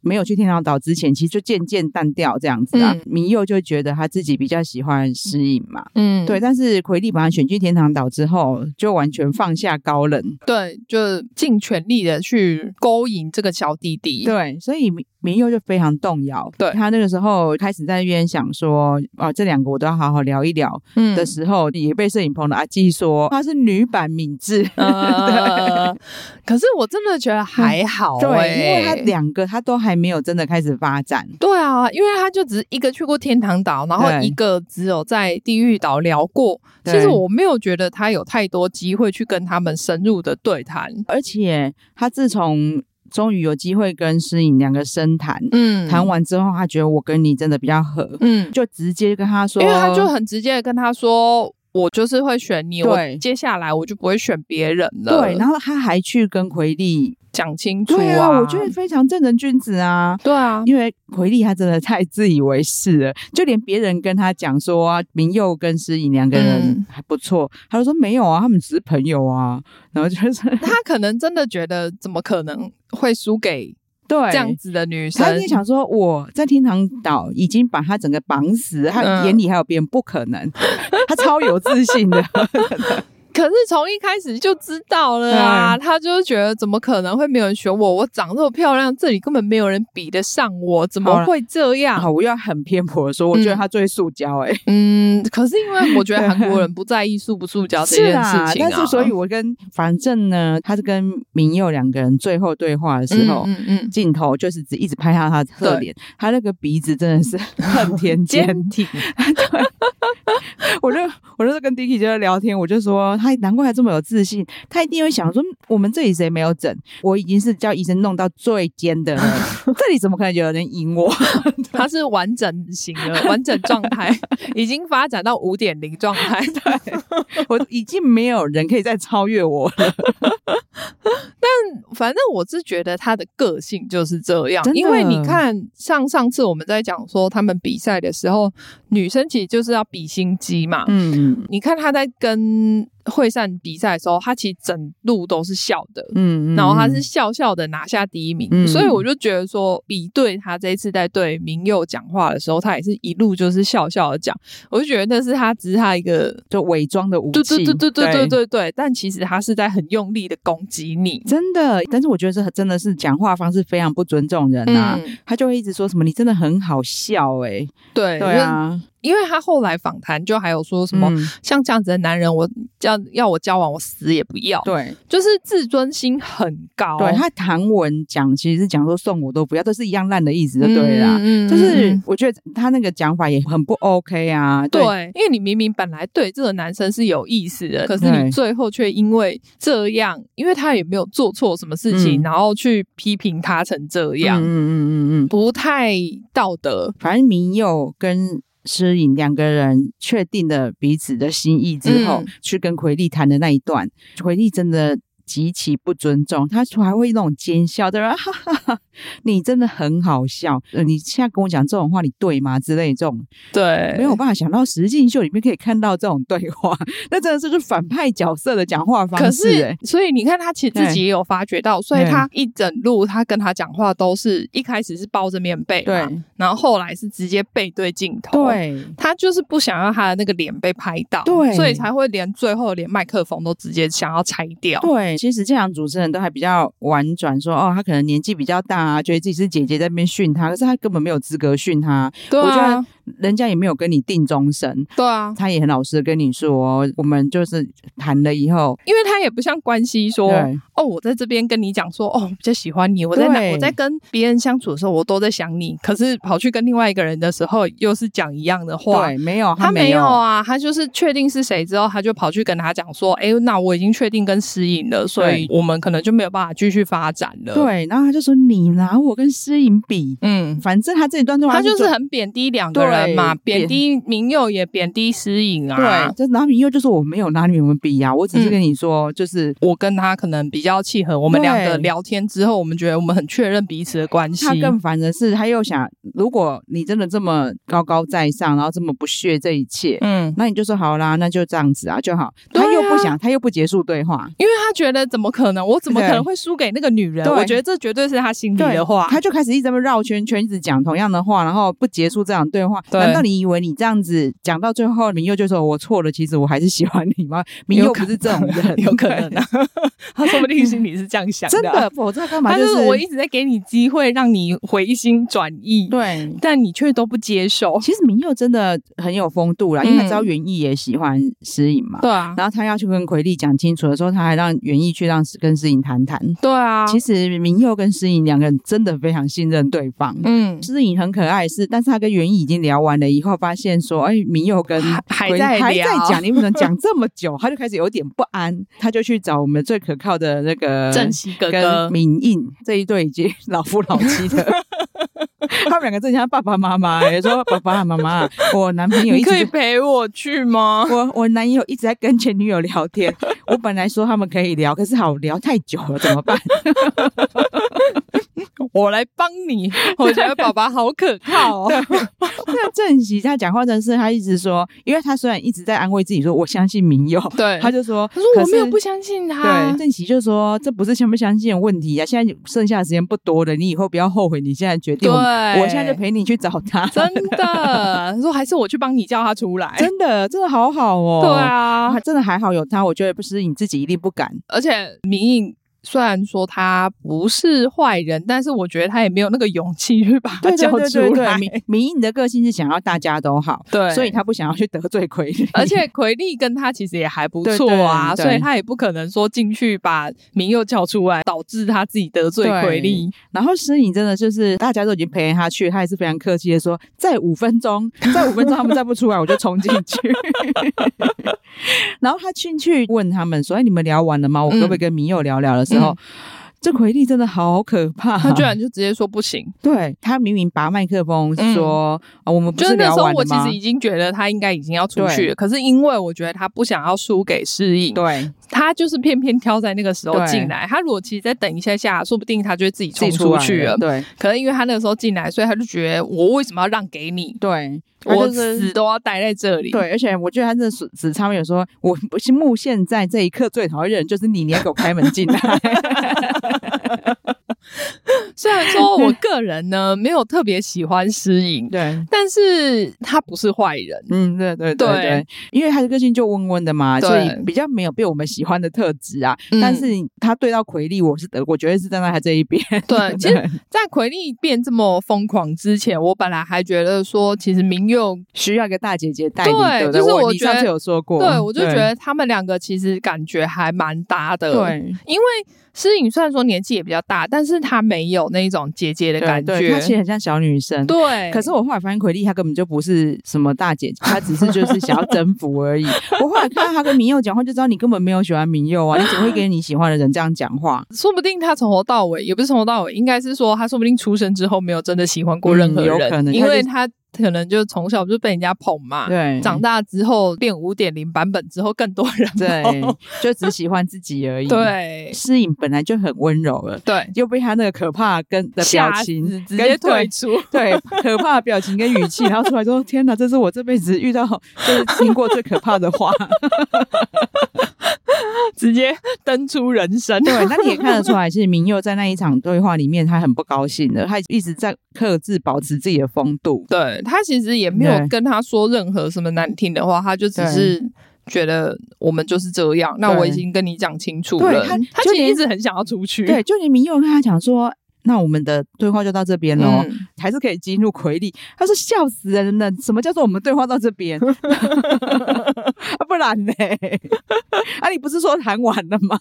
[SPEAKER 2] 没有去天堂岛之前，其实就渐渐淡掉这样子啊
[SPEAKER 3] 嗯。
[SPEAKER 2] 明佑就觉得他自己比较喜欢诗颖嘛，
[SPEAKER 3] 嗯，
[SPEAKER 2] 对。但是奎利把他选去天堂岛之后，就完全放下高冷，
[SPEAKER 3] 对，就尽全力的去勾引这个小弟弟。
[SPEAKER 2] 对，所以明明佑就非常动摇。
[SPEAKER 3] 对
[SPEAKER 2] 他那个时候开始在那边想说，哦，这两个我都要好好聊一聊
[SPEAKER 3] 嗯
[SPEAKER 2] 的时候，也被摄影棚的阿基说她是女版敏智。
[SPEAKER 3] 呃，可是我真的觉得还好、欸，
[SPEAKER 2] 对，因为他两个他都还没有真的开始发展，
[SPEAKER 3] 对啊，因为他就只是一个去过天堂岛，然后
[SPEAKER 2] 对
[SPEAKER 3] 一个只有在地狱岛聊过。其实
[SPEAKER 2] 对
[SPEAKER 3] 我没有觉得他有太多机会去跟他们深入的对谈。
[SPEAKER 2] 而且他自从终于有机会跟诗颖两个深谈，
[SPEAKER 3] 嗯
[SPEAKER 2] 谈完之后，他觉得我跟你真的比较合，
[SPEAKER 3] 嗯，
[SPEAKER 2] 就直接跟他说，
[SPEAKER 3] 因为他就很直接的跟他说。我就是会选你，我
[SPEAKER 2] 对
[SPEAKER 3] 接下来我就不会选别人了。
[SPEAKER 2] 对，然后他还去跟奎利
[SPEAKER 3] 讲清楚
[SPEAKER 2] 对啊，我觉
[SPEAKER 3] 得
[SPEAKER 2] 得非常正人君子啊。
[SPEAKER 3] 对啊，
[SPEAKER 2] 因为奎利他真的太自以为是了，就连别人跟他讲说、啊、明佑跟施颖两个人
[SPEAKER 3] 嗯
[SPEAKER 2] 还不错，他就说没有啊，他们只是朋友啊，然后就是
[SPEAKER 3] 他可能真的觉得怎么可能会输给
[SPEAKER 2] 对
[SPEAKER 3] 这样。子的女生
[SPEAKER 2] 他一？定想说，我在天堂岛已经把他整个绑死，他
[SPEAKER 3] 嗯
[SPEAKER 2] 眼里还有别人，不可能，他超有自信的。
[SPEAKER 3] 可是从一开始就知道了啊，他就觉得怎么可能会没有人选我？我长这么漂亮，这里根本没有人比得上我，怎
[SPEAKER 2] 好
[SPEAKER 3] 么
[SPEAKER 2] 了
[SPEAKER 3] 会这样？
[SPEAKER 2] 好，我又要很偏颇的说，我觉得他最塑胶哎、
[SPEAKER 3] 嗯，可是因为我觉得韩国人不在意塑不塑胶这
[SPEAKER 2] 是
[SPEAKER 3] 件
[SPEAKER 2] 啦
[SPEAKER 3] 事，情、啊，
[SPEAKER 2] 但是所以， 我跟反正呢，他是跟明佑两个人最后对话的时
[SPEAKER 3] 嗯
[SPEAKER 2] 候，
[SPEAKER 3] 嗯嗯，
[SPEAKER 2] 镜头就是只一直拍他他的侧脸，他那个鼻子真的 是恨天尖
[SPEAKER 3] 坚
[SPEAKER 2] 挺。 对，我就我就是跟 Dicky 就在聊天，我就说他难怪他这么有自信，他一定会想说我们这里谁没有整？我已经是叫医生弄到最尖 的了，这里怎么可能有人赢我？
[SPEAKER 3] 它是完整型的，完整状态已经发展到五点零 状态。
[SPEAKER 2] 我已经没有人可以再超越我了。
[SPEAKER 3] 反正我是觉得他的个性就是这样
[SPEAKER 2] 真，的
[SPEAKER 3] 因为你看上上次我们在讲说他们比赛的时候，女生其实就是要比心机嘛。
[SPEAKER 2] 嗯
[SPEAKER 3] 你看她在跟惠善比赛的时候，她其实整路都是笑的。
[SPEAKER 2] 嗯
[SPEAKER 3] 然后她是笑笑的拿下第一名，
[SPEAKER 2] 嗯
[SPEAKER 3] 所以我就觉得说，比对她这一次在对明佑讲话的时候，她也是一路就是笑笑的讲，我就觉得那是她只是她一个
[SPEAKER 2] 就伪装的武
[SPEAKER 3] 对
[SPEAKER 2] 器，
[SPEAKER 3] 对对对对对对对，但其实他是在很用力的攻击你。
[SPEAKER 2] 真的，但是我觉得这真的是讲话方式非常不尊重人啊！
[SPEAKER 3] 嗯，
[SPEAKER 2] 他就会一直说什么“你真的很好笑、欸”
[SPEAKER 3] 对
[SPEAKER 2] 哎，对，啊，
[SPEAKER 3] 因为因为他后来访谈就还有说什么、
[SPEAKER 2] 嗯
[SPEAKER 3] 像这样子的男人，我要要我交往，我死也不要，
[SPEAKER 2] 对
[SPEAKER 3] 就是自尊心很高，
[SPEAKER 2] 对，他韩文讲其实是讲说送我都不要，都是一样烂的意思，就对啦。
[SPEAKER 3] 嗯
[SPEAKER 2] 就是我觉得他那个讲法也很不 OK 啊，
[SPEAKER 3] 对
[SPEAKER 2] 对，
[SPEAKER 3] 因为你明明本来对这个男生是有意思的，可是
[SPEAKER 2] 对
[SPEAKER 3] 你最后却因为这样，因为他也没有做错什么事
[SPEAKER 2] 嗯
[SPEAKER 3] 情，然后去批评他成这
[SPEAKER 2] 嗯
[SPEAKER 3] 样，
[SPEAKER 2] 嗯嗯嗯嗯，
[SPEAKER 3] 不太道德。
[SPEAKER 2] 反正明佑跟诗颖两个人确定了彼此的心意之后，
[SPEAKER 3] 嗯
[SPEAKER 2] 去跟奎利谈的那一段，奎利真的极其不尊重，他还会那种奸笑的，哈哈哈，你真的很好笑，呃你现在跟我讲这种话，你对吗？之类这种，
[SPEAKER 3] 对，
[SPEAKER 2] 没有办法想到实境秀里面可以看到这种对话， 那真的是就反派角色的讲话
[SPEAKER 3] 可
[SPEAKER 2] 方式、
[SPEAKER 3] 是
[SPEAKER 2] 欸，，
[SPEAKER 3] 所以你看，他其实自己也有发觉到，所以
[SPEAKER 2] 对
[SPEAKER 3] 他一整路他跟他讲话都是一开始是抱着面背，
[SPEAKER 2] 对，
[SPEAKER 3] 然后后来是直接背对镜头，，
[SPEAKER 2] 对。
[SPEAKER 3] 他就是不想要他的那个脸被拍到，
[SPEAKER 2] 对
[SPEAKER 3] 所以才会连最后连麦克风都直接想要拆掉，
[SPEAKER 2] 对，其实这样主持人都还比较婉转说，哦，他可能年纪比较大啊，觉得自己是姐姐在那边训他，可是他根本没有资格训他，
[SPEAKER 3] 对
[SPEAKER 2] 我觉
[SPEAKER 3] 啊
[SPEAKER 2] 得，人家也没有跟你定终身，
[SPEAKER 3] 对啊。
[SPEAKER 2] 他也很老实的跟你说，哦我们就是谈了以后，
[SPEAKER 3] 因为他也不像关系说
[SPEAKER 2] 对
[SPEAKER 3] 哦，我在这边跟你讲说哦，我比较喜欢你。我在
[SPEAKER 2] 对
[SPEAKER 3] 哪我在跟别人相处的时候，我都在想你。可是跑去跟另外一个人的时候，又是讲一样的话。
[SPEAKER 2] 对，没有，
[SPEAKER 3] 他
[SPEAKER 2] 没
[SPEAKER 3] 没有，啊，他就是确定是谁之后，他就跑去跟他讲说：“哎、那我已经确定跟诗颖了，所以我们可能就没有办法继续发展了。”，
[SPEAKER 2] 对，然后他就说你拿我跟诗颖比，
[SPEAKER 3] 嗯，
[SPEAKER 2] 反正他这一段对话
[SPEAKER 3] 他就是
[SPEAKER 2] 做。
[SPEAKER 3] 很贬低两个人嘛，
[SPEAKER 2] 对
[SPEAKER 3] 贬低明佑也贬低诗颖啊。
[SPEAKER 2] 对，就然后明佑就说我没有拿你们比呀、啊我
[SPEAKER 3] 嗯
[SPEAKER 2] 只是跟你说，就是
[SPEAKER 3] 我跟他可能比较契合，我们
[SPEAKER 2] 对
[SPEAKER 3] 两个聊天之后，我们觉得我们很确认彼此的关系。
[SPEAKER 2] 他更烦的是，他又想，如果你真的这么高高在上，然后这么不屑这一切，
[SPEAKER 3] 嗯，
[SPEAKER 2] 那你就说好啦，那就这样子啊就好。
[SPEAKER 3] 对啊
[SPEAKER 2] 他又不想，他又不结束对话，
[SPEAKER 3] 因为他觉得怎么可能，我怎么可能会输给那个女人？
[SPEAKER 2] 对
[SPEAKER 3] 我觉得这绝对是他心里
[SPEAKER 2] 对
[SPEAKER 3] 的话。
[SPEAKER 2] 他就开始一直在那边绕圈圈，一直讲同样的话，然后不结束这场对话。
[SPEAKER 3] 对
[SPEAKER 2] 难道你以为你这样子讲到最后，明佑就说我错了，其实我还是喜欢你吗？明佑
[SPEAKER 3] 有
[SPEAKER 2] 不
[SPEAKER 3] 可
[SPEAKER 2] 是这种人，
[SPEAKER 3] 有可能啊，他说不定心里是这样想
[SPEAKER 2] 真
[SPEAKER 3] 的啊
[SPEAKER 2] 的，否则干嘛
[SPEAKER 3] 他
[SPEAKER 2] 就
[SPEAKER 3] 就是
[SPEAKER 2] 是
[SPEAKER 3] 我一直在给你机会，让你回心转意，
[SPEAKER 2] 对。
[SPEAKER 3] 但你却都不接受。
[SPEAKER 2] 其实明佑真的很有风度啦，因为他
[SPEAKER 3] 嗯
[SPEAKER 2] 知道园艺也喜欢诗颖嘛，
[SPEAKER 3] 对啊，
[SPEAKER 2] 然后他要去跟奎利讲清楚的时候，他还让园艺去让跟诗颖谈谈。
[SPEAKER 3] 对啊，
[SPEAKER 2] 其
[SPEAKER 3] 实
[SPEAKER 2] 实明佑跟诗颖两个人真的非常信任对方，
[SPEAKER 3] 嗯，
[SPEAKER 2] 诗颖很可爱是，但是她跟袁艺已经聊完了以后，发现说，哎，明佑跟
[SPEAKER 3] 还还
[SPEAKER 2] 鬼
[SPEAKER 3] 在
[SPEAKER 2] 还
[SPEAKER 3] 聊
[SPEAKER 2] 在讲，你们怎么讲这么久？她就开始有点不安，她就去找我们最可靠的那个
[SPEAKER 3] 正熙哥
[SPEAKER 2] 跟
[SPEAKER 3] 哥，
[SPEAKER 2] 敏印这一对已经老夫老妻的。 他们两个正像爸爸妈妈、欸，说爸爸妈妈，我男朋友一
[SPEAKER 3] 你
[SPEAKER 2] 直
[SPEAKER 3] 可以陪我去吗？
[SPEAKER 2] 我我男友一直在跟前女友聊天，我本来说他们可以聊，可是好聊太久了，怎么办？
[SPEAKER 3] 我来帮你。 我觉得爸爸 好 可靠、哦。
[SPEAKER 2] 那郑喜他讲话真是，他一直说，因为他虽然一直在安慰自己说我相信民友，
[SPEAKER 3] 对
[SPEAKER 2] 他就说，
[SPEAKER 3] 可是我没有不
[SPEAKER 2] 信。
[SPEAKER 3] 啊相信他
[SPEAKER 2] 对，。郑喜就说：“这不是相不相信的问题啊，现在剩下的时间不多了，你以后不要后悔你现在决定。我
[SPEAKER 3] 对
[SPEAKER 2] 我现在就陪你去找他。 哎
[SPEAKER 3] 真 的，说还是我去帮你叫他出来。
[SPEAKER 2] 真的，真的好好哦。
[SPEAKER 3] 对啊
[SPEAKER 2] 还，真的还好有他，我觉得不是你自己一定不敢。
[SPEAKER 3] 而且明印虽然说他不是坏人，但是我觉得他也没有那个勇气去把他
[SPEAKER 2] 对对
[SPEAKER 3] 叫
[SPEAKER 2] 对
[SPEAKER 3] 出
[SPEAKER 2] 对对，
[SPEAKER 3] 来。
[SPEAKER 2] 明明义你的个性是想要大家都好，
[SPEAKER 3] 对
[SPEAKER 2] 所以他不想要去得罪傀儡，
[SPEAKER 3] 而且奎利跟他其实也还不
[SPEAKER 2] 对
[SPEAKER 3] 错啊，
[SPEAKER 2] 对对
[SPEAKER 3] 所以他也不可能说进去把明佑叫出来，导致他自己得罪
[SPEAKER 2] 对
[SPEAKER 3] 奎利。
[SPEAKER 2] 然后诗颖真的就是大家都已经陪他去，他也是非常客气的说，再五分 钟，再五分钟他们再不出来，我就冲进去。然后他进去问他们说：“哎，你们聊完了吗？我可不可以跟明佑聊聊？”的时候。
[SPEAKER 3] 嗯
[SPEAKER 2] 这奎利真的好可怕、
[SPEAKER 3] 他居然就直接说不行，
[SPEAKER 2] 对他明明拔麦克风说、啊我们不
[SPEAKER 3] 嗯就是是那
[SPEAKER 2] 聊
[SPEAKER 3] 时候
[SPEAKER 2] 完
[SPEAKER 3] 我
[SPEAKER 2] 了
[SPEAKER 3] 其
[SPEAKER 2] 吗？
[SPEAKER 3] 实已经觉得他应该已经要出去了，可是因为我觉得他不想要输给适应，
[SPEAKER 2] 对，
[SPEAKER 3] 他就是偏偏挑在那个时候
[SPEAKER 2] 对
[SPEAKER 3] 进来。他如果其实再等一下下，说不定他就会自己
[SPEAKER 2] 自
[SPEAKER 3] 冲
[SPEAKER 2] 己出
[SPEAKER 3] 出
[SPEAKER 2] 来
[SPEAKER 3] 去
[SPEAKER 2] 了，对
[SPEAKER 3] 可能因为他那个时候进来，所以他就觉得我为什么要让给你？
[SPEAKER 2] 对，他
[SPEAKER 3] 我
[SPEAKER 2] 就是
[SPEAKER 3] 死都要待在这里。
[SPEAKER 2] 对，而且我觉得他这只只差没有说，我不是目现在这一刻最讨厌的人就是你，你也给我开门进 来。
[SPEAKER 3] 虽然说我个人呢没有特别喜欢诗颖，
[SPEAKER 2] 对，
[SPEAKER 3] 但是他不是坏人。
[SPEAKER 2] 嗯，对对对
[SPEAKER 3] 对
[SPEAKER 2] 对，因为他的个性就温温的嘛，
[SPEAKER 3] 对
[SPEAKER 2] 所以比较没有被我们喜欢的特质啊。
[SPEAKER 3] 嗯
[SPEAKER 2] 但是他对到奎利，我是得我觉得是站在他这一边。
[SPEAKER 3] 对，其实，在奎利变这么疯狂之前，我本来还觉得说，其实明佑，
[SPEAKER 2] 需要一个大姐姐带你，
[SPEAKER 3] 对
[SPEAKER 2] 对不对？
[SPEAKER 3] 就是我
[SPEAKER 2] 你
[SPEAKER 3] 觉得
[SPEAKER 2] 上次有说过，
[SPEAKER 3] 对我就觉得他们两个其实感觉还蛮搭的。
[SPEAKER 2] 对。，对
[SPEAKER 3] 因为诗颖虽然说年纪也比较大，但是她没有那种姐姐的
[SPEAKER 2] 对
[SPEAKER 3] 感
[SPEAKER 2] 对
[SPEAKER 3] 觉
[SPEAKER 2] 她。其实很像小女生。
[SPEAKER 3] 对，
[SPEAKER 2] 可是我后来发现奎利她根本就不是什么大 姐姐，她只是就是想要征服而已。我后来看到她跟明佑讲话，就知道你根本没有喜欢明佑啊，你怎么会跟你喜欢的人这样讲 话？
[SPEAKER 3] 说不定他从头到尾也不是从头到尾，应该是说他说不定出生之后没有真的喜欢过任何
[SPEAKER 2] 嗯有
[SPEAKER 3] 人，
[SPEAKER 2] 可能
[SPEAKER 3] 因
[SPEAKER 2] 他就
[SPEAKER 3] 为他可能就从小就被人家捧嘛。
[SPEAKER 2] 对，
[SPEAKER 3] 啊长大之后变五点零版本之后，更多人
[SPEAKER 2] 对
[SPEAKER 3] 捧，
[SPEAKER 2] 就只喜欢自己而已。，
[SPEAKER 3] 对
[SPEAKER 2] 诗颖本来就很温柔了，
[SPEAKER 3] 对，
[SPEAKER 2] 又被她那个可怕跟的表
[SPEAKER 3] 吓
[SPEAKER 2] 情
[SPEAKER 3] 死直
[SPEAKER 2] 跟
[SPEAKER 3] 接
[SPEAKER 2] 对
[SPEAKER 3] 退出。
[SPEAKER 2] 对，可怕的表情跟语气，然后出来说：“天哪，这是我这辈子遇到就是听过最可怕的话。
[SPEAKER 3] 直接登出人生”。
[SPEAKER 2] 对，那你也看得出来，其实明佑在那一场对话里面，他很不高兴的，他一直在克制，保持自己的风度。
[SPEAKER 3] 对他其实也没有
[SPEAKER 2] 对
[SPEAKER 3] 跟他说任何什么难听的话，他就只是觉得我们就是这样。那我已经跟你讲清楚
[SPEAKER 2] 对
[SPEAKER 3] 了，
[SPEAKER 2] 他
[SPEAKER 3] 他
[SPEAKER 2] 就
[SPEAKER 3] 其实
[SPEAKER 2] 连
[SPEAKER 3] 一直很想要出去。
[SPEAKER 2] 对，就连明佑跟他讲说。那我们的对话就到这边喽，
[SPEAKER 3] 嗯
[SPEAKER 2] 还是可以激怒奎利。他说笑死人了，什么叫做我们对话到这边？ 啊、不然呢？ 啊，你不是说谈完了吗？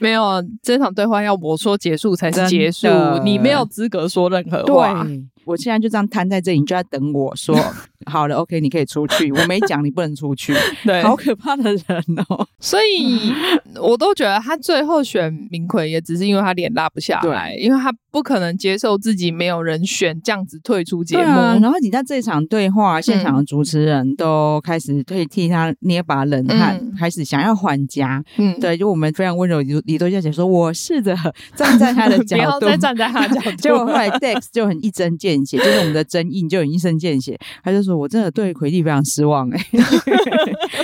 [SPEAKER 3] 没有啊这场对话要我说结束才是结束
[SPEAKER 2] 真的，
[SPEAKER 3] 你没有资格说任何话。
[SPEAKER 2] 对，我现在就这样瘫在这里，你就在等我说 好了，OK，你可以出去。我没讲，你不能出去，
[SPEAKER 3] 对，
[SPEAKER 2] 好可怕的人哦。
[SPEAKER 3] 所以我都觉得他最后选明奎也只是因为他脸拉不下来，因为他不可能接受自己没有人选这样子退出节
[SPEAKER 2] 对啊，
[SPEAKER 3] 目。
[SPEAKER 2] 然后你在这场对话，现场的主持人都开始对替他捏把冷汗，
[SPEAKER 3] 嗯
[SPEAKER 2] 开始想要还家。
[SPEAKER 3] 嗯，
[SPEAKER 2] 对，就我们非常温柔李李多小姐说，我试着站在他的
[SPEAKER 3] 不
[SPEAKER 2] 角
[SPEAKER 3] 要
[SPEAKER 2] 度。
[SPEAKER 3] 再站在他的角
[SPEAKER 2] 结果
[SPEAKER 3] 度
[SPEAKER 2] 后。来 Dex 就很一针见血，就是我们的争议就很一针见血。他就说：“我真的对奎利非常失望哎、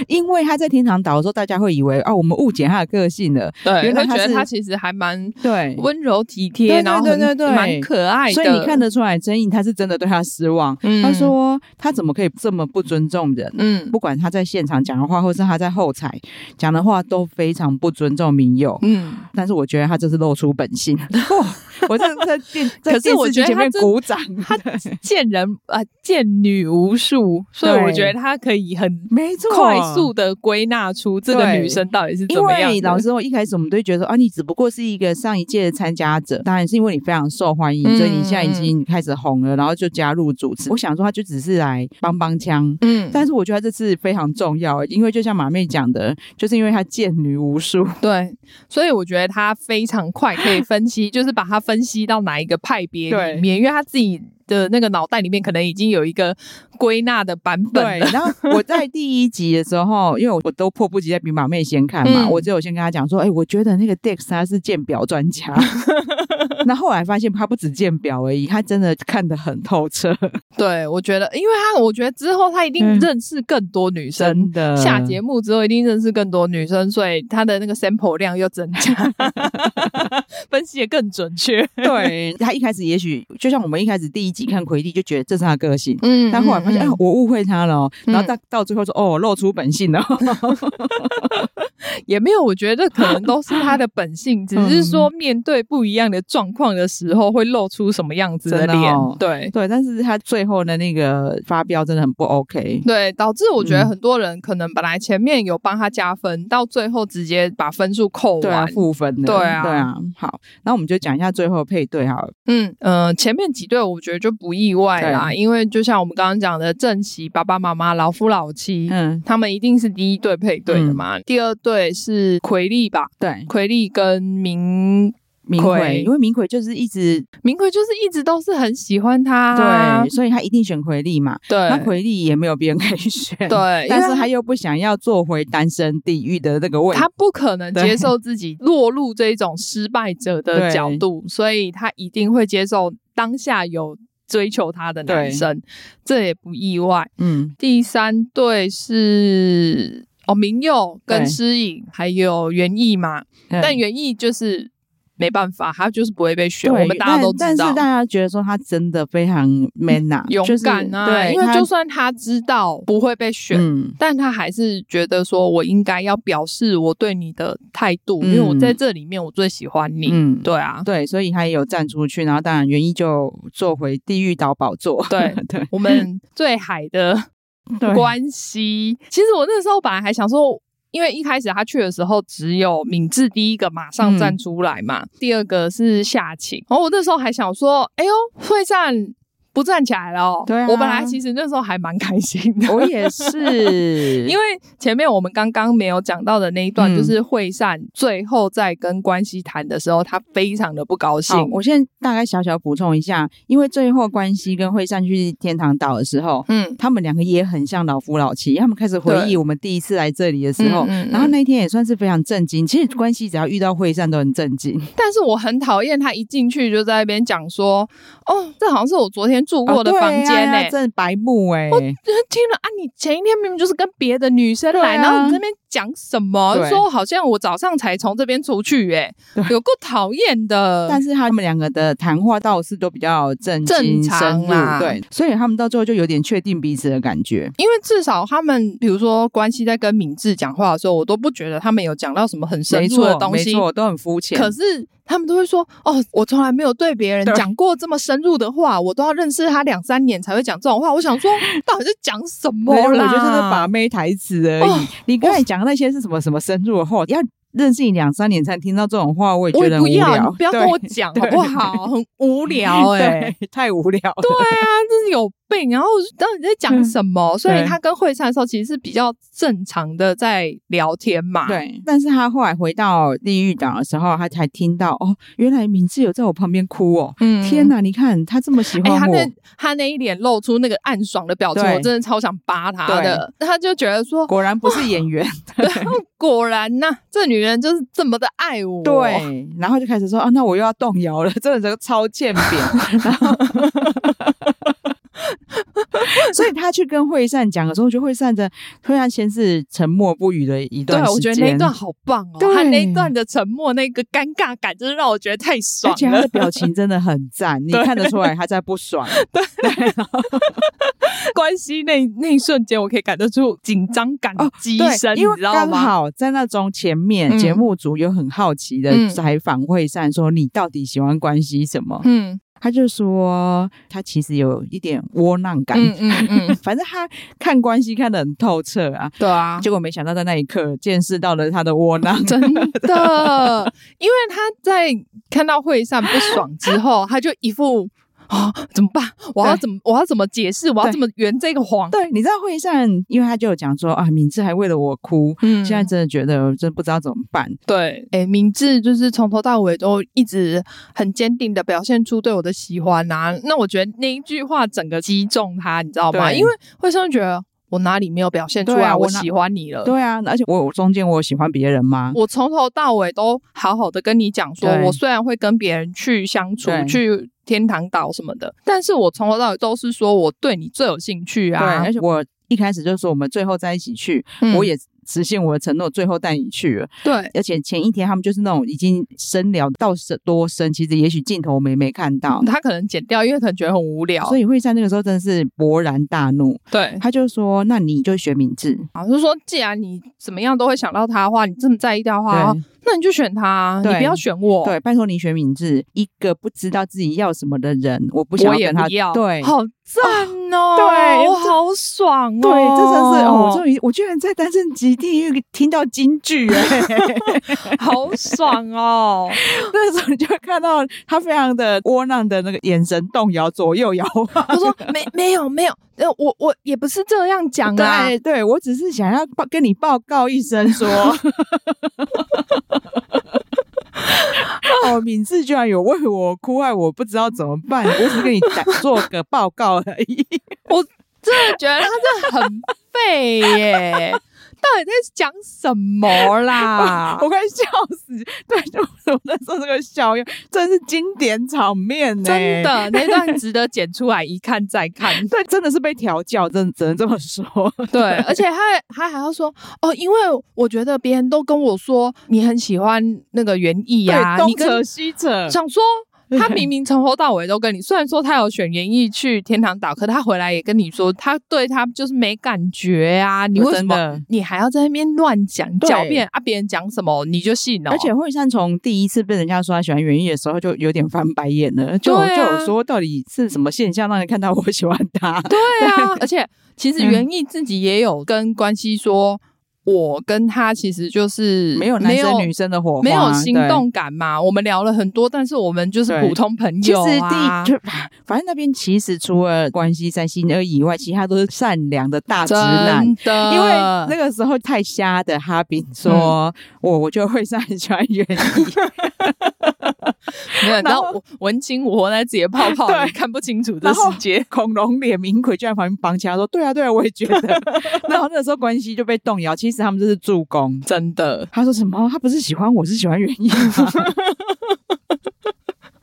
[SPEAKER 2] 因为他在天堂岛的时候，大家会以为啊，我们误解他的个性了。
[SPEAKER 3] 对，
[SPEAKER 2] 原
[SPEAKER 3] 他
[SPEAKER 2] 来他
[SPEAKER 3] 觉得
[SPEAKER 2] 是
[SPEAKER 3] 他其实还蛮
[SPEAKER 2] 对，
[SPEAKER 3] 温柔体贴，
[SPEAKER 2] 对对
[SPEAKER 3] 然后
[SPEAKER 2] 对对对
[SPEAKER 3] 很蛮可爱的。
[SPEAKER 2] 所以你看，得出来，真颖他是真的对他失望。
[SPEAKER 3] 嗯
[SPEAKER 2] 他，说他怎么可以这么不尊重人？
[SPEAKER 3] 嗯
[SPEAKER 2] 不管他在现场讲的话，或是他在后台讲的话，都非常不尊重民友。
[SPEAKER 3] 嗯，
[SPEAKER 2] 但是我觉得他这是露出本 性。哇我这在电在
[SPEAKER 3] 可是
[SPEAKER 2] 电
[SPEAKER 3] 我
[SPEAKER 2] 视
[SPEAKER 3] 觉
[SPEAKER 2] 机前
[SPEAKER 3] 得他
[SPEAKER 2] 面
[SPEAKER 3] 真
[SPEAKER 2] 鼓掌，
[SPEAKER 3] 他呃见人啊、见女无数，所以
[SPEAKER 2] 对
[SPEAKER 3] 我觉得他可以很
[SPEAKER 2] 没错
[SPEAKER 3] 快速的归纳出这个
[SPEAKER 2] 对
[SPEAKER 3] 女生到底是怎
[SPEAKER 2] 因
[SPEAKER 3] 么样
[SPEAKER 2] 为老
[SPEAKER 3] 的。
[SPEAKER 2] 师，我一开始我们都会觉得说啊，你只不过是一个上一届的参加者，当然是因为你非常受欢迎，
[SPEAKER 3] 嗯
[SPEAKER 2] 所以你现在已经开始红了，然后就加入主持。我想说，他就只是来帮帮腔。
[SPEAKER 3] 嗯
[SPEAKER 2] 但是我觉得他这次非常重要，因为就像马妹讲的，就是因为她见女无数，
[SPEAKER 3] 对，所以我觉得他非常快可以分析，就是把它分析到哪一个派别
[SPEAKER 2] 对
[SPEAKER 3] 里面，因为他自己的那个脑袋里面可能已经有一个归纳的版 本
[SPEAKER 2] 对，
[SPEAKER 3] 了。
[SPEAKER 2] 然后我在第一集的时候，因为我我都迫不及待比马妹先看嘛，
[SPEAKER 3] 嗯
[SPEAKER 2] 我只有先跟她讲说，哎、我觉得那个 Dex 他是鉴表专家。 那后来发现他不止鉴表而已，他真的看得很透彻，
[SPEAKER 3] 对，我觉得，因为他，我觉得之后他一定
[SPEAKER 2] 嗯
[SPEAKER 3] 认识更多女生。
[SPEAKER 2] 真的
[SPEAKER 3] 下节
[SPEAKER 2] 嗯
[SPEAKER 3] 目之后一定认识更多女生，所以他的那个 sample 量又增 加，分析的更准确。
[SPEAKER 2] 对他一开始也许就像我们一开始第一集看奎蒂就觉得这是他个性，
[SPEAKER 3] 嗯
[SPEAKER 2] 但后来发现、哎，我误会他了哦，
[SPEAKER 3] 嗯
[SPEAKER 2] 然后到到最后说哦， 露出本性了。
[SPEAKER 3] 也没有，我觉得可能都是他的本性，只是
[SPEAKER 2] 嗯
[SPEAKER 3] 说面对不一样的状况的时候会露出什么样子的
[SPEAKER 2] 真的
[SPEAKER 3] 脸。
[SPEAKER 2] 哦
[SPEAKER 3] 对
[SPEAKER 2] 对，但是他最后的那个发飙真的很不 OK。
[SPEAKER 3] 对，导致我觉得
[SPEAKER 2] 嗯
[SPEAKER 3] 很多人可能本来前面有帮他加分，到最后直接把分数扣
[SPEAKER 2] 对啊，
[SPEAKER 3] 完。
[SPEAKER 2] 负分的。
[SPEAKER 3] 对啊
[SPEAKER 2] 对啊。好，那我们就讲一下最后的配对好了。
[SPEAKER 3] 嗯呃，前面几对我觉得就不意外啦，
[SPEAKER 2] 对
[SPEAKER 3] 因为就像我们刚刚讲的，正媳爸爸妈妈、老夫老妻。
[SPEAKER 2] 嗯，
[SPEAKER 3] 他们一定是第一对配对的嘛，第二对是奎丽吧？
[SPEAKER 2] 对，
[SPEAKER 3] 奎丽跟明
[SPEAKER 2] 明
[SPEAKER 3] 奎
[SPEAKER 2] 奎，因为明奎就是一直、
[SPEAKER 3] 明奎就是一直都是很喜欢他啊、
[SPEAKER 2] 对，所以他一定选奎利嘛。
[SPEAKER 3] 对
[SPEAKER 2] 那奎利也没有别人可以选。
[SPEAKER 3] 呃对，
[SPEAKER 2] 但
[SPEAKER 3] 因为
[SPEAKER 2] 是他又不想要做回单身地狱的那个位置。
[SPEAKER 3] 他不可能接受自己落入这种失败者的
[SPEAKER 2] 对
[SPEAKER 3] 角度，所以他一定会接受当下有追求他的男
[SPEAKER 2] 对
[SPEAKER 3] 生，这也不意外。
[SPEAKER 2] 嗯，
[SPEAKER 3] 第三对是哦，明佑跟
[SPEAKER 2] 对
[SPEAKER 3] 诗颖还有袁艺嘛，
[SPEAKER 2] 嗯
[SPEAKER 3] 但袁艺就是没办法，他就是不会被选，
[SPEAKER 2] 对
[SPEAKER 3] 我们大家都知
[SPEAKER 2] 但但
[SPEAKER 3] 道嗯
[SPEAKER 2] 是大。家觉得说他真的非常 man 啊，
[SPEAKER 3] 勇
[SPEAKER 2] 就是
[SPEAKER 3] 敢啊！
[SPEAKER 2] 对，
[SPEAKER 3] 因为
[SPEAKER 2] 他
[SPEAKER 3] 就算他知道不会被选，
[SPEAKER 2] 嗯，
[SPEAKER 3] 但他还是觉得说我应该要表示我对你的态度，
[SPEAKER 2] 嗯
[SPEAKER 3] 因为我在这里面我最喜欢你。
[SPEAKER 2] 嗯
[SPEAKER 3] 对啊，
[SPEAKER 2] 对，所以他也有站出去，然后当然原因就坐回地狱岛宝座，
[SPEAKER 3] 对
[SPEAKER 2] 对
[SPEAKER 3] 我们最海的
[SPEAKER 2] 对
[SPEAKER 3] 关系，其实我那时候本来还想说。因为一开始他去的时候，只有敏智第一个马上站
[SPEAKER 2] 嗯
[SPEAKER 3] 出来嘛，第二个是夏晴。然后我那时候还想说，哎呦，会站不站起来了哦、
[SPEAKER 2] 对啊
[SPEAKER 3] 我本来其实那时候还蛮开心的，
[SPEAKER 2] 我也是，
[SPEAKER 3] 因为前面我们刚刚没有讲到的那一
[SPEAKER 2] 嗯
[SPEAKER 3] 段，就是惠善最后在跟关系谈的时候，他非常的不高兴
[SPEAKER 2] 好，。我现在大概小小补充一下，因为最后关系跟惠善去天堂岛的时候。
[SPEAKER 3] 嗯，
[SPEAKER 2] 他们两个也很像老夫老妻，他们开始回
[SPEAKER 3] 对
[SPEAKER 2] 忆我们第一次来这里的时候，
[SPEAKER 3] 嗯嗯嗯
[SPEAKER 2] 然后那一天也算是非常震惊。其实关系只要遇到惠善都很震惊，
[SPEAKER 3] 但是我很讨厌他一进去就在那边讲说，哦，这好像是哦我昨天住过的房间欸呢、
[SPEAKER 2] 啊对啊真的白目哎、
[SPEAKER 3] 就是听了啊，你前一天明明就是跟别的女生来，
[SPEAKER 2] 对啊
[SPEAKER 3] 然后你这边讲什么？
[SPEAKER 2] 对
[SPEAKER 3] 说好像我早上才从这边出去、欸，
[SPEAKER 2] 对
[SPEAKER 3] 有够讨厌的。
[SPEAKER 2] 但是他们两个的谈话倒是都比较正
[SPEAKER 3] 正
[SPEAKER 2] 经
[SPEAKER 3] 常
[SPEAKER 2] 深入
[SPEAKER 3] 啦，
[SPEAKER 2] 对，所以他们到最后就有点确定彼此的感觉。
[SPEAKER 3] 因为至少他们，比如说关系在跟敏智讲话的时候，我都不觉得他们有讲到什么很深
[SPEAKER 2] 没
[SPEAKER 3] 入
[SPEAKER 2] 错
[SPEAKER 3] 的，东
[SPEAKER 2] 没
[SPEAKER 3] 西。
[SPEAKER 2] 错，都很肤浅。
[SPEAKER 3] 可是他们都会说：“哦，我从来没有对别人
[SPEAKER 2] 对
[SPEAKER 3] 讲过这么深入的话，我都要认识他两三年才会讲这种话。”我想说，到底是讲什么
[SPEAKER 2] 没有我
[SPEAKER 3] 啦？
[SPEAKER 2] 觉得就是把妹台词而已。
[SPEAKER 3] 哦
[SPEAKER 2] 你刚才讲的那些是什么什么深入的话，要认识你两三年才听到这种话，我也
[SPEAKER 3] 我
[SPEAKER 2] 觉
[SPEAKER 3] 也
[SPEAKER 2] 得很
[SPEAKER 3] 不
[SPEAKER 2] 无
[SPEAKER 3] 要，
[SPEAKER 2] 聊。
[SPEAKER 3] 你不要
[SPEAKER 2] 对
[SPEAKER 3] 跟我讲好
[SPEAKER 2] 对
[SPEAKER 3] 不好？很无 聊哎、
[SPEAKER 2] 对，太无聊了。
[SPEAKER 3] 对啊，这是有病。然后我就到底在讲什么？所以
[SPEAKER 2] 对
[SPEAKER 3] 他跟惠善的时候，其实是比较正常的在聊天嘛。
[SPEAKER 2] 对，但是他后来回到地狱岛的时候，他才听到哦，原来明智有在我旁边哭哦。
[SPEAKER 3] 嗯
[SPEAKER 2] 天哪，你看他这么喜
[SPEAKER 3] 哎、
[SPEAKER 2] 欢
[SPEAKER 3] 他
[SPEAKER 2] 我，
[SPEAKER 3] 那他那一脸露出那个暗爽的表情，
[SPEAKER 2] 对
[SPEAKER 3] 我真的超想扒他的。他就觉得说，
[SPEAKER 2] 果然不是演员。
[SPEAKER 3] 果然呐、这女人就是这么的爱我。
[SPEAKER 2] 对，然后就开始说啊，那我又要动摇了，真的是超欠 扁。然后， 所以他去跟惠善讲的时候，我觉得惠善的突然先是沉默不语的一
[SPEAKER 3] 对啊
[SPEAKER 2] 段，时间，
[SPEAKER 3] 我觉得那一段好棒哦，
[SPEAKER 2] 对
[SPEAKER 3] 他那一段的沉默，那个尴尬感，真的让我觉得太爽
[SPEAKER 2] 而且他
[SPEAKER 3] 了
[SPEAKER 2] 的。表情真的很赞，你看得出来他在不爽。
[SPEAKER 3] 关系那那一瞬间，我可以感得出紧张感
[SPEAKER 2] 哦
[SPEAKER 3] 激
[SPEAKER 2] 对，
[SPEAKER 3] 升，
[SPEAKER 2] 因
[SPEAKER 3] 你
[SPEAKER 2] 为
[SPEAKER 3] 知道
[SPEAKER 2] 刚
[SPEAKER 3] 吗？
[SPEAKER 2] 好在那种前面、
[SPEAKER 3] 嗯
[SPEAKER 2] 节目组有很好奇的
[SPEAKER 3] 嗯
[SPEAKER 2] 采访惠善，说你到底喜欢关系什么？
[SPEAKER 3] 嗯，
[SPEAKER 2] 他就说他其实有一点窝囊感，
[SPEAKER 3] 嗯嗯 嗯，
[SPEAKER 2] 反正他看关系看得很透彻啊。
[SPEAKER 3] 对啊，
[SPEAKER 2] 结果没想到在那一刻见识到了他的窝囊，
[SPEAKER 3] 真的，因为他在看到惠善不爽之后，他就一副啊、怎么办？我要
[SPEAKER 2] 对
[SPEAKER 3] 怎么我要怎么解释？我要
[SPEAKER 2] 对
[SPEAKER 3] 怎么圆这个谎？
[SPEAKER 2] 对，你知道惠善，因为他就有讲说啊，敏智还为了我哭，
[SPEAKER 3] 嗯
[SPEAKER 2] 现在真的觉得真不知道怎么办。
[SPEAKER 3] 对，哎，明智就是从头到尾都一直很坚定的表现出对我的喜欢呐、那我觉得那一句话整个击中他，你知道吗？
[SPEAKER 2] 对
[SPEAKER 3] 因为惠善觉得我哪里没有表现出
[SPEAKER 2] 对
[SPEAKER 3] 来，
[SPEAKER 2] 啊
[SPEAKER 3] 我
[SPEAKER 2] 我哪
[SPEAKER 3] 喜欢你了。
[SPEAKER 2] 对啊，而且我我中间我有喜欢别人吗？
[SPEAKER 3] 我从头到尾都好好的跟你讲说，
[SPEAKER 2] 对
[SPEAKER 3] 我虽然会跟别人去相处，
[SPEAKER 2] 对
[SPEAKER 3] 去天堂岛什么的，但是我从头到尾都是说我对你最有兴趣
[SPEAKER 2] 对，
[SPEAKER 3] 啊
[SPEAKER 2] 而。且我一开始就说我们最后在一起去，
[SPEAKER 3] 嗯
[SPEAKER 2] 我也实现我的承诺，最后带你去了。
[SPEAKER 3] 对
[SPEAKER 2] 而且前一天他们就是那种已经深聊到深多深，其实也许镜头我们也没看到。
[SPEAKER 3] 嗯他哦可能剪掉，因为可能觉得很无聊。
[SPEAKER 2] 所以惠善那个时候真的是勃然大怒，
[SPEAKER 3] 对，
[SPEAKER 2] 他就说：“那你就选敏智，
[SPEAKER 3] 好，就说既然你怎么样都会想到他的话，你这么在意他的话
[SPEAKER 2] 对，
[SPEAKER 3] 那你就选他啊，你
[SPEAKER 2] 对
[SPEAKER 3] 不要选我。
[SPEAKER 2] 对，拜托你选敏智，一个不知道自己要什么的人，我不想
[SPEAKER 3] 我也
[SPEAKER 2] 跟他
[SPEAKER 3] 不要，
[SPEAKER 2] 对，
[SPEAKER 3] 好赞哦，
[SPEAKER 2] 对
[SPEAKER 3] 我好爽哦，
[SPEAKER 2] 对，这真是哦，我终于，我居然在单身级地狱听到京 剧哎，
[SPEAKER 3] 好爽哦，
[SPEAKER 2] 那时候你就看到他非常的窝囊的那个眼神动摇，左右摇晃。 啊
[SPEAKER 3] 他说没没有没有，呃，我我也不是这样讲啊。
[SPEAKER 2] 对对，我只是想要报跟你报告一声说， 哦，敏智居然有为我哭，害我不知道怎么办，我只是跟你讲做个报告而已。？
[SPEAKER 3] 真的觉得他真的很废耶，到底在讲什么啦
[SPEAKER 2] 我快笑死！对，就我那时候这个笑容，真是经典场面呢、
[SPEAKER 3] 真，的那段值得剪出来一看再看。
[SPEAKER 2] 对，真的是被调教，真的只能这么说。
[SPEAKER 3] 对，而且他他还要说哦，因为我觉得别人都跟我说你很喜欢那个园艺 呀、
[SPEAKER 2] 对，
[SPEAKER 3] 你
[SPEAKER 2] 东扯
[SPEAKER 3] 跟
[SPEAKER 2] 西扯，
[SPEAKER 3] 想说。他明明从头到尾都跟你，虽然说他有选园艺去天堂岛，可他回来也跟你说，他对他就是没感觉啊。你为什么
[SPEAKER 2] 哦真的
[SPEAKER 3] 你还要在那边乱讲
[SPEAKER 2] 对
[SPEAKER 3] 狡辩啊？别人讲什么你就信哦。
[SPEAKER 2] 而且惠善从第一次被人家说他喜欢园艺的时候，就有点翻白眼了，就、
[SPEAKER 3] 对
[SPEAKER 2] 就
[SPEAKER 3] 啊
[SPEAKER 2] 有说到底是什么现象让人看到我喜欢他？
[SPEAKER 3] 对啊，而且其实袁艺自己也有跟关系说，我跟他其实就是
[SPEAKER 2] 没有男生女生的火花，
[SPEAKER 3] 没有心
[SPEAKER 2] 对。
[SPEAKER 3] 动感嘛。我们聊了很多，但是我们就是
[SPEAKER 2] 对
[SPEAKER 3] 普通朋
[SPEAKER 2] 其
[SPEAKER 3] 友
[SPEAKER 2] 实
[SPEAKER 3] 啊。
[SPEAKER 2] 第就反正那边其实除了关系在心而以外，其他都是善良的大直男。
[SPEAKER 3] 真的，
[SPEAKER 2] 因为那个时候太瞎的哈比
[SPEAKER 3] 嗯
[SPEAKER 2] 说，我我就会善喜欢 园艺，
[SPEAKER 3] 没有，然
[SPEAKER 2] 然
[SPEAKER 3] 后
[SPEAKER 2] 后
[SPEAKER 3] 我文青我活在自己的泡泡里，
[SPEAKER 2] 对
[SPEAKER 3] 看不清楚这
[SPEAKER 2] 然后
[SPEAKER 3] 世界。
[SPEAKER 2] 恐龙脸明奎就在旁边帮腔说：“对啊，对啊，我也觉 得。”然后那时候关系就被动摇，其实他们就是助攻。
[SPEAKER 3] 真的，
[SPEAKER 2] 他说什么？他不是喜欢我，是喜欢原因啊吗。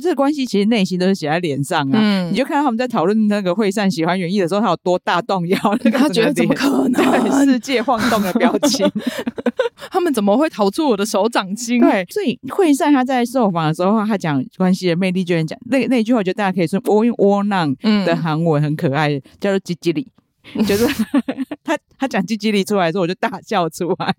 [SPEAKER 2] 这个关系其实内心都是写在脸上啊。
[SPEAKER 3] 嗯
[SPEAKER 2] 你就看到他们在讨论那个惠善喜欢园艺的时候，他有多大动摇，那个
[SPEAKER 3] 他觉得
[SPEAKER 2] 整
[SPEAKER 3] 怎么
[SPEAKER 2] 个脸
[SPEAKER 3] 可
[SPEAKER 2] 对
[SPEAKER 3] 能？
[SPEAKER 2] 世界晃动的表情？
[SPEAKER 3] 他们怎么会逃出我的手掌心？
[SPEAKER 2] 对，所以惠善他在受访的时候，他讲关系的魅力，就能讲那那一句话，我觉得大家可以说窝用窝囊
[SPEAKER 3] 嗯
[SPEAKER 2] 的韩文很可爱，叫做“叽叽里”，就是他他讲“叽叽里”出来的时候，我就大笑出来。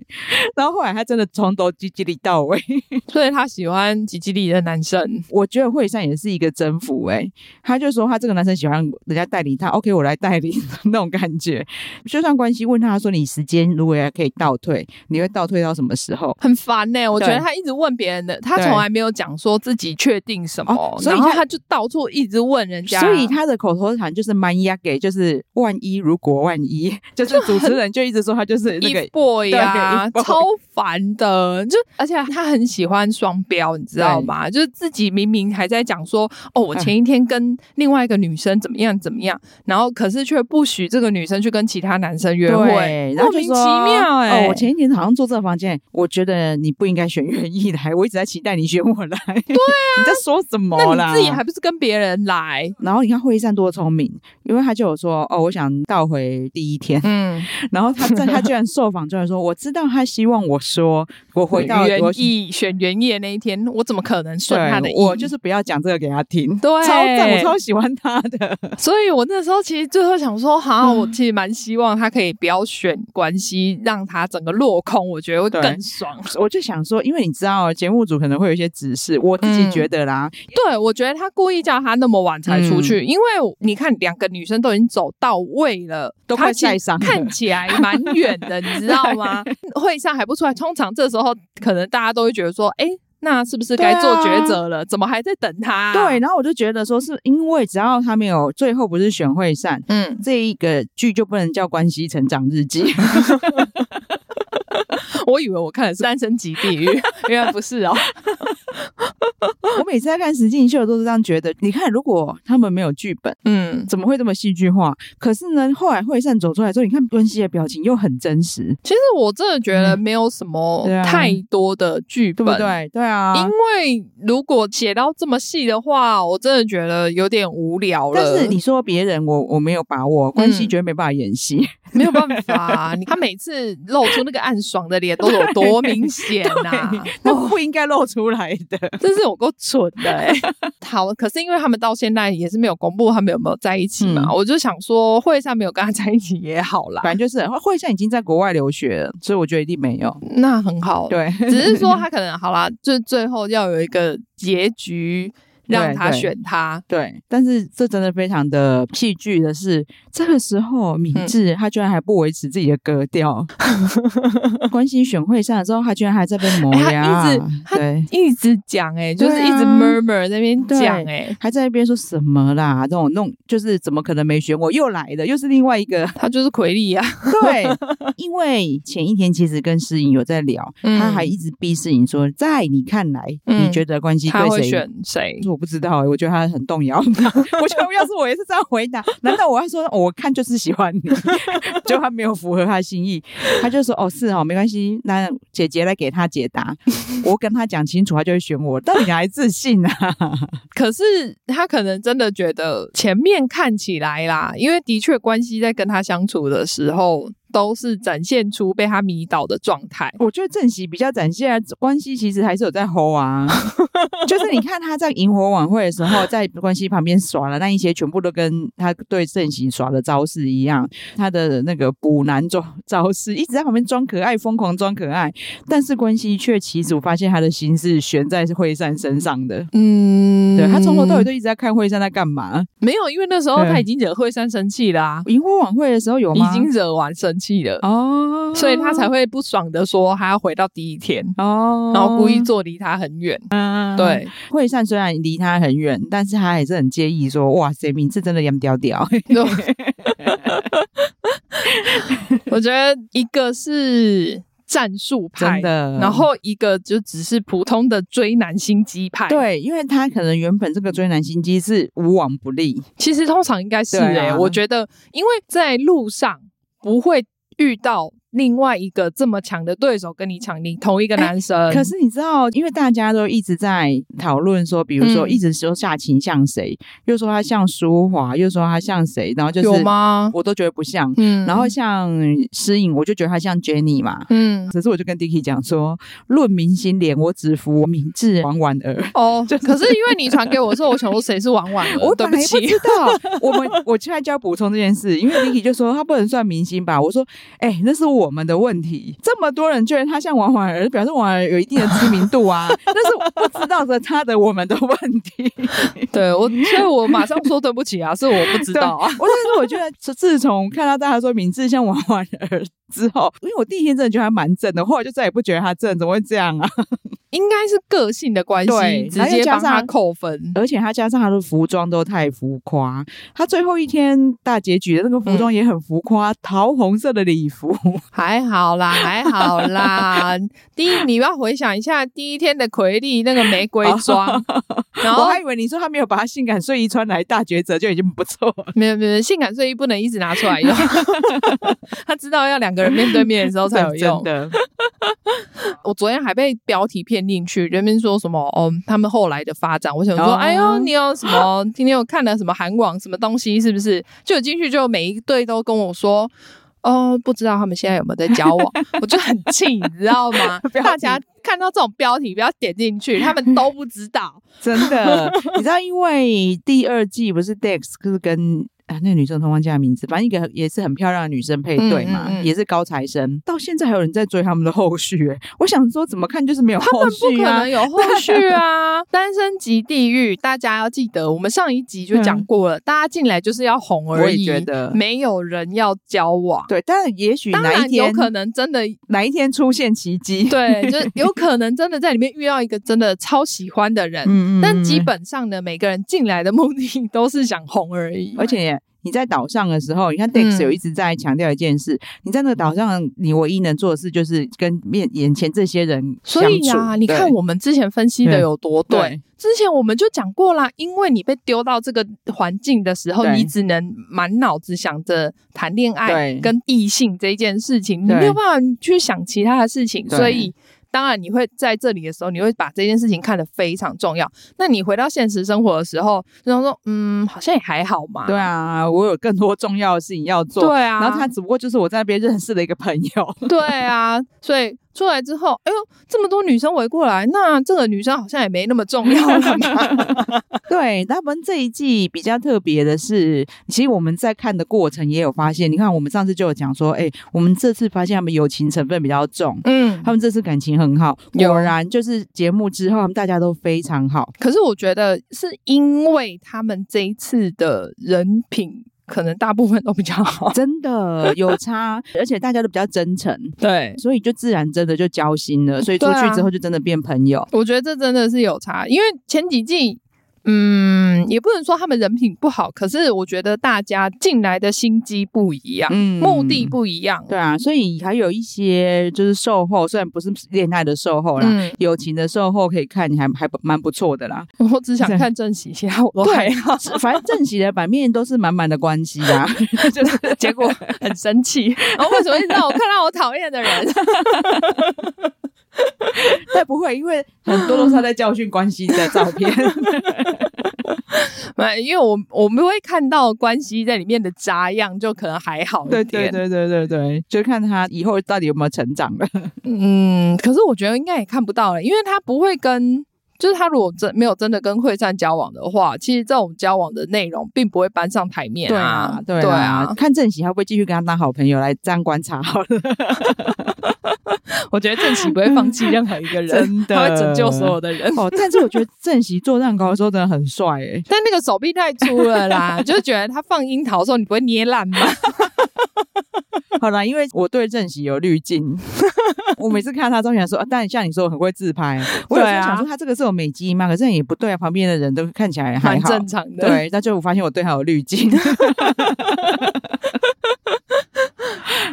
[SPEAKER 2] 然后后来他真的从头“叽叽里”到尾，
[SPEAKER 3] 所以他喜欢吉吉里的男生。
[SPEAKER 2] 我觉得惠善也是一个征服哎、他就说他这个男生喜欢人家带领他，OK，我来带领那种感觉。就算关系问他说你时间如果也可以倒退，你会倒退到什么时候？
[SPEAKER 3] 很烦呢、我觉
[SPEAKER 2] 对
[SPEAKER 3] 得他一直问别人的，他
[SPEAKER 2] 对
[SPEAKER 3] 从来没有讲说自己确定什么，
[SPEAKER 2] 哦所以
[SPEAKER 3] 然后
[SPEAKER 2] 他
[SPEAKER 3] 他就到处一直问人家，
[SPEAKER 2] 所以他的口头禅就是蛮压给，就是万一如果万一， 就是主持人就一直说他就是那个
[SPEAKER 3] if。boy 呀、
[SPEAKER 2] 对，if boy
[SPEAKER 3] 超烦的，就而且他很喜欢双标，你知道吗？就是自己明明还在讲说，哦，
[SPEAKER 2] 嗯
[SPEAKER 3] 我前一天跟另外一个女生怎么样怎么样，然后可是却不许这个女生去跟其他男生 约会
[SPEAKER 2] 对，，然
[SPEAKER 3] 莫
[SPEAKER 2] 后就
[SPEAKER 3] 名其
[SPEAKER 2] 说
[SPEAKER 3] 妙哎、
[SPEAKER 2] 哦，我前一天好像做这个房间，我觉得你不应该选愿意来，我一直在期待你选我来。对啊， 你在说什么
[SPEAKER 3] 那
[SPEAKER 2] 啦？
[SPEAKER 3] 你自己还不是跟别人来？
[SPEAKER 2] 然后你看惠善多聪明，因为他就有说哦，我想倒回第一天，
[SPEAKER 3] 嗯，
[SPEAKER 2] 然后他在他居然受访居然说，我知道他希望我说，我回到
[SPEAKER 3] 原
[SPEAKER 2] 我
[SPEAKER 3] 意选原意的那一天，我怎么可能顺他的
[SPEAKER 2] 对
[SPEAKER 3] 意？
[SPEAKER 2] 我就是不要讲这个给他听。
[SPEAKER 3] 对
[SPEAKER 2] 超赞，我超喜欢他的。
[SPEAKER 3] 所以我那时候其实最后想说，哈，我其实蛮希望他可以不要选关系，让他整个落空，我觉得会
[SPEAKER 2] 对
[SPEAKER 3] 更爽。
[SPEAKER 2] 我就想说，因为你知道哦节目组可能会有一些指示，我自己
[SPEAKER 3] 嗯
[SPEAKER 2] 觉得啦，
[SPEAKER 3] 对，我觉得他故意叫他那么晚才出去，因为你看两个女生都已经走到位了，
[SPEAKER 2] 都
[SPEAKER 3] 他
[SPEAKER 2] 快
[SPEAKER 3] 其实
[SPEAKER 2] 晒伤了
[SPEAKER 3] 看起来蛮远的，你知道 吗？会上还不出来，通常这时候可能大家都会觉得说，哎，那是不是
[SPEAKER 2] 对
[SPEAKER 3] 该
[SPEAKER 2] 啊
[SPEAKER 3] 做抉择了？怎么还在等他、
[SPEAKER 2] 对，，然后我就觉得说，是因为只要他没有最后不是选惠善
[SPEAKER 3] 嗯，
[SPEAKER 2] 这一个剧，就不能叫《关系成长日记》。
[SPEAKER 3] 我以为我看的是《单身即地狱》， 原来不是哦。
[SPEAKER 2] 我每次在看实境秀都是这样觉得。你看，如果他们没有剧本，
[SPEAKER 3] 嗯，
[SPEAKER 2] 怎么会这么戏剧化？可是呢，后来惠善走出来之后，你看温熙的表情又很真实，
[SPEAKER 3] 其实我真的觉得没有什么
[SPEAKER 2] 嗯对啊
[SPEAKER 3] 太多的剧
[SPEAKER 2] 对
[SPEAKER 3] 本，
[SPEAKER 2] 不对？对啊，
[SPEAKER 3] 因为如果写到这么细的话，我真的觉得有点无聊了。
[SPEAKER 2] 但是你说别人，我我没有把握，关系
[SPEAKER 3] 嗯
[SPEAKER 2] 绝对没办法演戏。
[SPEAKER 3] 没有办法、你 他每次露出那个暗爽的脸都有多明显 呐、
[SPEAKER 2] 那不应该露出来的。
[SPEAKER 3] 真是有够蠢 的哎、好，可是因为他们到现在也是没有公布他们有没有在一起嘛，
[SPEAKER 2] 嗯
[SPEAKER 3] 我就想说，会上没有跟他在一起也好啦，
[SPEAKER 2] 反正就是惠善已经在国外留学了，所以我觉得一定没有。
[SPEAKER 3] 那很好。，
[SPEAKER 2] 对，
[SPEAKER 3] 只是说他可能好啦，就是最后要有一个结 局让
[SPEAKER 2] 对
[SPEAKER 3] 他
[SPEAKER 2] 对
[SPEAKER 3] 选他。
[SPEAKER 2] 对，但是这真的非常的戏剧的是，这个时候敏
[SPEAKER 3] 嗯
[SPEAKER 2] 智他居然还不维持自己的格 调，关心选会上的时候，他居然还在被磨
[SPEAKER 3] 哎
[SPEAKER 2] 牙，
[SPEAKER 3] 他一直他
[SPEAKER 2] 哦对。
[SPEAKER 3] 一直讲哎、就是
[SPEAKER 2] 对
[SPEAKER 3] 一
[SPEAKER 2] 啊
[SPEAKER 3] 直 murmur 在那边讲哎、
[SPEAKER 2] 还在那边说什么啦？这种弄就是怎么可能没选我？又来了，又是另外一 个。
[SPEAKER 3] 他就是奎利啊，
[SPEAKER 2] 对，因为前一天其实跟诗颖有在聊，
[SPEAKER 3] 嗯
[SPEAKER 2] 他还一直逼诗颖说，在你看来，
[SPEAKER 3] 嗯
[SPEAKER 2] 你觉得关系
[SPEAKER 3] 他会
[SPEAKER 2] 对谁
[SPEAKER 3] 选谁？
[SPEAKER 2] 我不知道、欸，我觉得他很动摇。 我觉得要是我也是这样回答，难道我要说我看就是喜欢你？ 就他没有符合他心意，他就说哦是哦，没关系，那姐姐来给他解答。 我跟他讲清楚，他就会选我。到底哪来自信啊？
[SPEAKER 3] 可是他可能真的觉得前面看起来啦，因为的确关系在跟他相处的时候，都是展现出被他迷倒的状态。
[SPEAKER 2] 我觉得郑喜比较展现啊关系，其实还是有在吼 啊。就是你看他在萤火晚会的时候，在关系旁边耍了那一些，全部都跟他对郑喜耍的招式一样，他的那个补男装招式一直在旁边装可爱，疯狂装可爱。但是关系却其实我发现他的心是悬在惠善身上的。
[SPEAKER 3] 嗯
[SPEAKER 2] 对他从头到尾都一直在看惠善在干嘛。
[SPEAKER 3] 没有，因为那时候
[SPEAKER 2] 对
[SPEAKER 3] 他已经惹惠山生气啦、
[SPEAKER 2] 萤火晚会的时候有吗？
[SPEAKER 3] 已经惹完生气了，
[SPEAKER 2] 哦，
[SPEAKER 3] 所以他才会不爽的说他要回到第一天，
[SPEAKER 2] 哦，
[SPEAKER 3] 然后故意坐离他很远。
[SPEAKER 2] 嗯
[SPEAKER 3] 对，
[SPEAKER 2] 惠善虽然离他很远，但是他还是很介意说：“哇塞，名字真的洋屌屌。
[SPEAKER 3] 对我觉得一个是战术”派
[SPEAKER 2] 真的。
[SPEAKER 3] 然后一个就只是普通的追男心机派。，
[SPEAKER 2] 对，因为他可能原本这个追男心机是无往不利，
[SPEAKER 3] 其实通常应该是
[SPEAKER 2] 对
[SPEAKER 3] 哎、
[SPEAKER 2] 啊
[SPEAKER 3] 我觉得因为在路上不会遇到另外一个这么强的对手跟你抢，你同一个男生。
[SPEAKER 2] 可是你知道，因为大家都一直在讨论说，比如说
[SPEAKER 3] 嗯
[SPEAKER 2] 一直说夏晴像谁，又说他像舒华，又说他像谁，然后就是
[SPEAKER 3] 有吗？
[SPEAKER 2] 我都觉得不像。
[SPEAKER 3] 嗯
[SPEAKER 2] 然后像诗颖，我就觉得他像 Jenny 嘛。
[SPEAKER 3] 嗯。
[SPEAKER 2] 可是我就跟 Dicky 讲说，论明星脸，我只服明智王婉儿。
[SPEAKER 3] 哦，可是因为你传给我的时候，我想说谁是婉 婉儿，
[SPEAKER 2] 我
[SPEAKER 3] 对
[SPEAKER 2] 本来呃不
[SPEAKER 3] 起，
[SPEAKER 2] 知道， 我们我现在就要补充这件事，因为 Vicky 就说他不能算明星吧，我说哎、那是我们的问题，这么多人觉得他像王婉儿，表示王婉儿有一定的知名度啊，但是我不知道的他的我们的问 题，
[SPEAKER 3] 对我，所以我马上说对不起啊，是我不知道啊，
[SPEAKER 2] 我但是我觉得自自从看到大家说明智像王婉儿之后，因为我第一天真的觉得他蛮正的，后来就再也不觉得他正，怎么会这样啊？
[SPEAKER 3] 应该是个性的关系，
[SPEAKER 2] 对
[SPEAKER 3] 直
[SPEAKER 2] 然后又
[SPEAKER 3] 接
[SPEAKER 2] 加
[SPEAKER 3] 帮他
[SPEAKER 2] 上
[SPEAKER 3] 扣分。
[SPEAKER 2] 而且他加上他的服装都太浮夸，他最后一天大结局的那个服装也很浮夸，桃红色的礼服。
[SPEAKER 3] 还 好啦，还好啦。第一，你要回想一下第一天的奎利那个玫 瑰妆，然
[SPEAKER 2] 哦我
[SPEAKER 3] 后
[SPEAKER 2] 还以为你说他没有把他性感睡衣穿来大抉择就已经不错了。
[SPEAKER 3] 没有没有性感睡衣不能一直拿出 来用，他知道要两个人面对面的时候才有用
[SPEAKER 2] 真。的，
[SPEAKER 3] 我昨天还被标题骗进去，人民说什么哦，他们后来的发展，我想说，
[SPEAKER 2] 哦
[SPEAKER 3] 哎呦，你有什么？ 今天有看了什么韩网什么东西？是不是？就有进去就每一对都跟我说。哦，不知道他们现在有没有在交往，我就很气，你知道吗？
[SPEAKER 2] 标题
[SPEAKER 3] 大家看到这种标题不要点进去，他们都不知道。
[SPEAKER 2] 真 的，你知道，因为第二季不是 Dex 就是跟啊那个女生通忘记她名字，反正一个也是很漂亮的女生配对嘛，
[SPEAKER 3] 嗯嗯嗯
[SPEAKER 2] 也是高材生，到现在还有人在追他们的后续、欸。我想说，怎么看 就是没有
[SPEAKER 3] 他
[SPEAKER 2] 后
[SPEAKER 3] 们不
[SPEAKER 2] 续
[SPEAKER 3] 可
[SPEAKER 2] 啊
[SPEAKER 3] 能。有后续啊！ 单身即地狱，大家要记得，我们上一集就讲过了，大家进来就是要红
[SPEAKER 2] 嗯我
[SPEAKER 3] 而
[SPEAKER 2] 也
[SPEAKER 3] 已，
[SPEAKER 2] 觉得
[SPEAKER 3] 没有人要交往。
[SPEAKER 2] 对，但也许
[SPEAKER 3] 当
[SPEAKER 2] 哪一
[SPEAKER 3] 然有
[SPEAKER 2] 天
[SPEAKER 3] 可能真的
[SPEAKER 2] 哪一天出现奇迹。
[SPEAKER 3] 对，就是有可能真的在里面遇到一个真的超喜欢的人，
[SPEAKER 2] 嗯，嗯嗯，
[SPEAKER 3] 但基
[SPEAKER 2] 嗯
[SPEAKER 3] 本上呢，每个人进来的目的都是想红而已。
[SPEAKER 2] 而且你在岛上的时候，你看 Dex
[SPEAKER 3] 嗯
[SPEAKER 2] 有一直在强调一件事：你在那个岛上，你唯一能做的事就是跟面眼前这些人
[SPEAKER 3] 所以
[SPEAKER 2] 相处
[SPEAKER 3] 啊，你
[SPEAKER 2] 对
[SPEAKER 3] 看我们之前分析的
[SPEAKER 2] 对
[SPEAKER 3] 有多对，
[SPEAKER 2] 对
[SPEAKER 3] 之前我们就讲过啦，因为你被丢到这个环境的时候，
[SPEAKER 2] 对
[SPEAKER 3] 你只能满脑子想着谈恋爱
[SPEAKER 2] 对
[SPEAKER 3] 跟异性这件事情，你
[SPEAKER 2] 对
[SPEAKER 3] 没有办法去想其他的事情，
[SPEAKER 2] 对
[SPEAKER 3] 所以。当然，你会在这里的时候，你会把这件事情看得非常重要。那你回到现实生活的时候，就想说，嗯，好像也还好嘛。
[SPEAKER 2] 对，啊，我有更多重要的事情要做。
[SPEAKER 3] 对啊。
[SPEAKER 2] 然后他 只不过就是我在那边认识的一个朋友，
[SPEAKER 3] 对啊，所以出来之后，哎呦，这么多女生围过来，那这个女生好像也没那么重要 了嘛。
[SPEAKER 2] 对。他们这一季比较特别的是，其实我们在看的过程也有发现，你看我们上次就有讲说，哎，我们这次发现他们友情成分比较重，
[SPEAKER 3] 嗯
[SPEAKER 2] 他们这次感情很好，
[SPEAKER 3] 有
[SPEAKER 2] 果然就是节目之后，他们大家都非常好。
[SPEAKER 3] 可是我觉得是因为他们这一次的人品，可能大部分都比较好。
[SPEAKER 2] 真的有差，而且大家都比较真诚，
[SPEAKER 3] 对，
[SPEAKER 2] 所以就自然真的就交心了。所以出
[SPEAKER 3] 对啊
[SPEAKER 2] 去之后就真的变朋友。
[SPEAKER 3] 我觉得这真的是有差，因为前几季。嗯，也不能说他们人品不好，可是我觉得大家进来的心机不一样，
[SPEAKER 2] 嗯
[SPEAKER 3] 目的不一样。
[SPEAKER 2] 对啊，所以还有一些就是售后，虽然不是恋爱的售后啦，
[SPEAKER 3] 嗯，
[SPEAKER 2] 友情的售后可以看，你还还不蛮不错的啦。
[SPEAKER 3] 我只想看正喜，其他 我都还好。
[SPEAKER 2] 是反正正席的版面都是满满的关系啦，就是
[SPEAKER 3] 结果很生 气，然后哦为什么一直让我看到我讨 厌的人？
[SPEAKER 2] 但不会，因为很多都是他在教训关系的照片。
[SPEAKER 3] 没因为我我们会看到关系在里面的渣样，就可能还好一
[SPEAKER 2] 对
[SPEAKER 3] 点。
[SPEAKER 2] 对对对对对，就看他以后到底有没有成长了。
[SPEAKER 3] 嗯，可是我觉得应该也看不到了，因为他不会跟，就是他如果真没有真的跟惠善交往的话，其实这种交往的内容并不会搬上台面啊。
[SPEAKER 2] 对啊，
[SPEAKER 3] 对
[SPEAKER 2] 看正喜还会不会继续跟他当好朋友来这样观察好了。
[SPEAKER 3] 我觉得郑喜不会放弃任何一个 人，
[SPEAKER 2] 真的
[SPEAKER 3] 他会拯救所有的人。
[SPEAKER 2] 哦，但是我觉得正喜做蛋糕的时候真的很帅欸诶、
[SPEAKER 3] 但那个手臂太粗了啦，就觉得他放樱桃的时候你不会捏烂吗？
[SPEAKER 2] 好啦，因为我对正喜有滤镜， 我每次看他照片说，啊，但像你说我很会自拍，我有时
[SPEAKER 3] 对啊
[SPEAKER 2] 候想说他这个是有美肌吗？可是也不对啊，旁边的人都看起来还
[SPEAKER 3] 蛮
[SPEAKER 2] 好。
[SPEAKER 3] 正常的。
[SPEAKER 2] 对，那就我发现我对他有滤镜。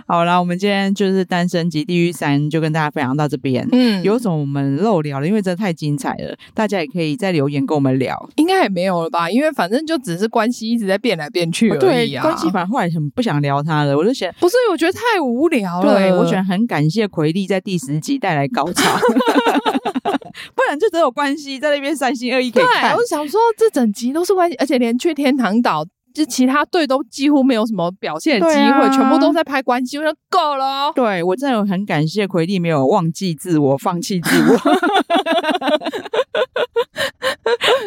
[SPEAKER 2] 好啦，我们今天就是《单身级地狱三》，就跟大家分享到这边。
[SPEAKER 3] 嗯，
[SPEAKER 2] 有种我们漏聊了，因为真的太精彩了，大家也可以在留言跟我们聊。
[SPEAKER 3] 应该也没有了吧？因为反正就只是关系一直在变来变去
[SPEAKER 2] 哦
[SPEAKER 3] 而
[SPEAKER 2] 对
[SPEAKER 3] 已，啊。
[SPEAKER 2] 关系反而后来很不想聊他了，我就想。
[SPEAKER 3] 不是，我觉得太无聊了。
[SPEAKER 2] 对，我觉得很感谢奎力在第十集带来高潮， 不然就只有关系在那边三心二意可
[SPEAKER 3] 对
[SPEAKER 2] 以看，。
[SPEAKER 3] 我想说这整集都是关系，而且连去天堂岛。就其他队都几乎没有什么表现的机
[SPEAKER 2] 对
[SPEAKER 3] 会，
[SPEAKER 2] 啊
[SPEAKER 3] 全部都在拍关系，我说够了哦。
[SPEAKER 2] 对我真的很感谢奎力没有忘记自我、放弃自 我。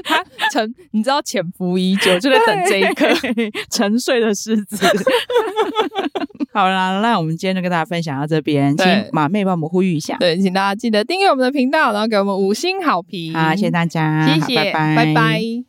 [SPEAKER 3] 他沉，你知道潜伏已久，就在等这一刻。
[SPEAKER 2] 个 沉睡的狮子。 好啦，那我们今天就跟大家分享到这边，请
[SPEAKER 3] 对
[SPEAKER 2] 马妹帮我们呼吁一下。
[SPEAKER 3] 对，请大家记得订阅我们的频道，然后给我们五星好评。
[SPEAKER 2] 啊好，谢谢大家，
[SPEAKER 3] 谢
[SPEAKER 2] 好
[SPEAKER 3] 谢，
[SPEAKER 2] 拜拜，
[SPEAKER 3] 拜拜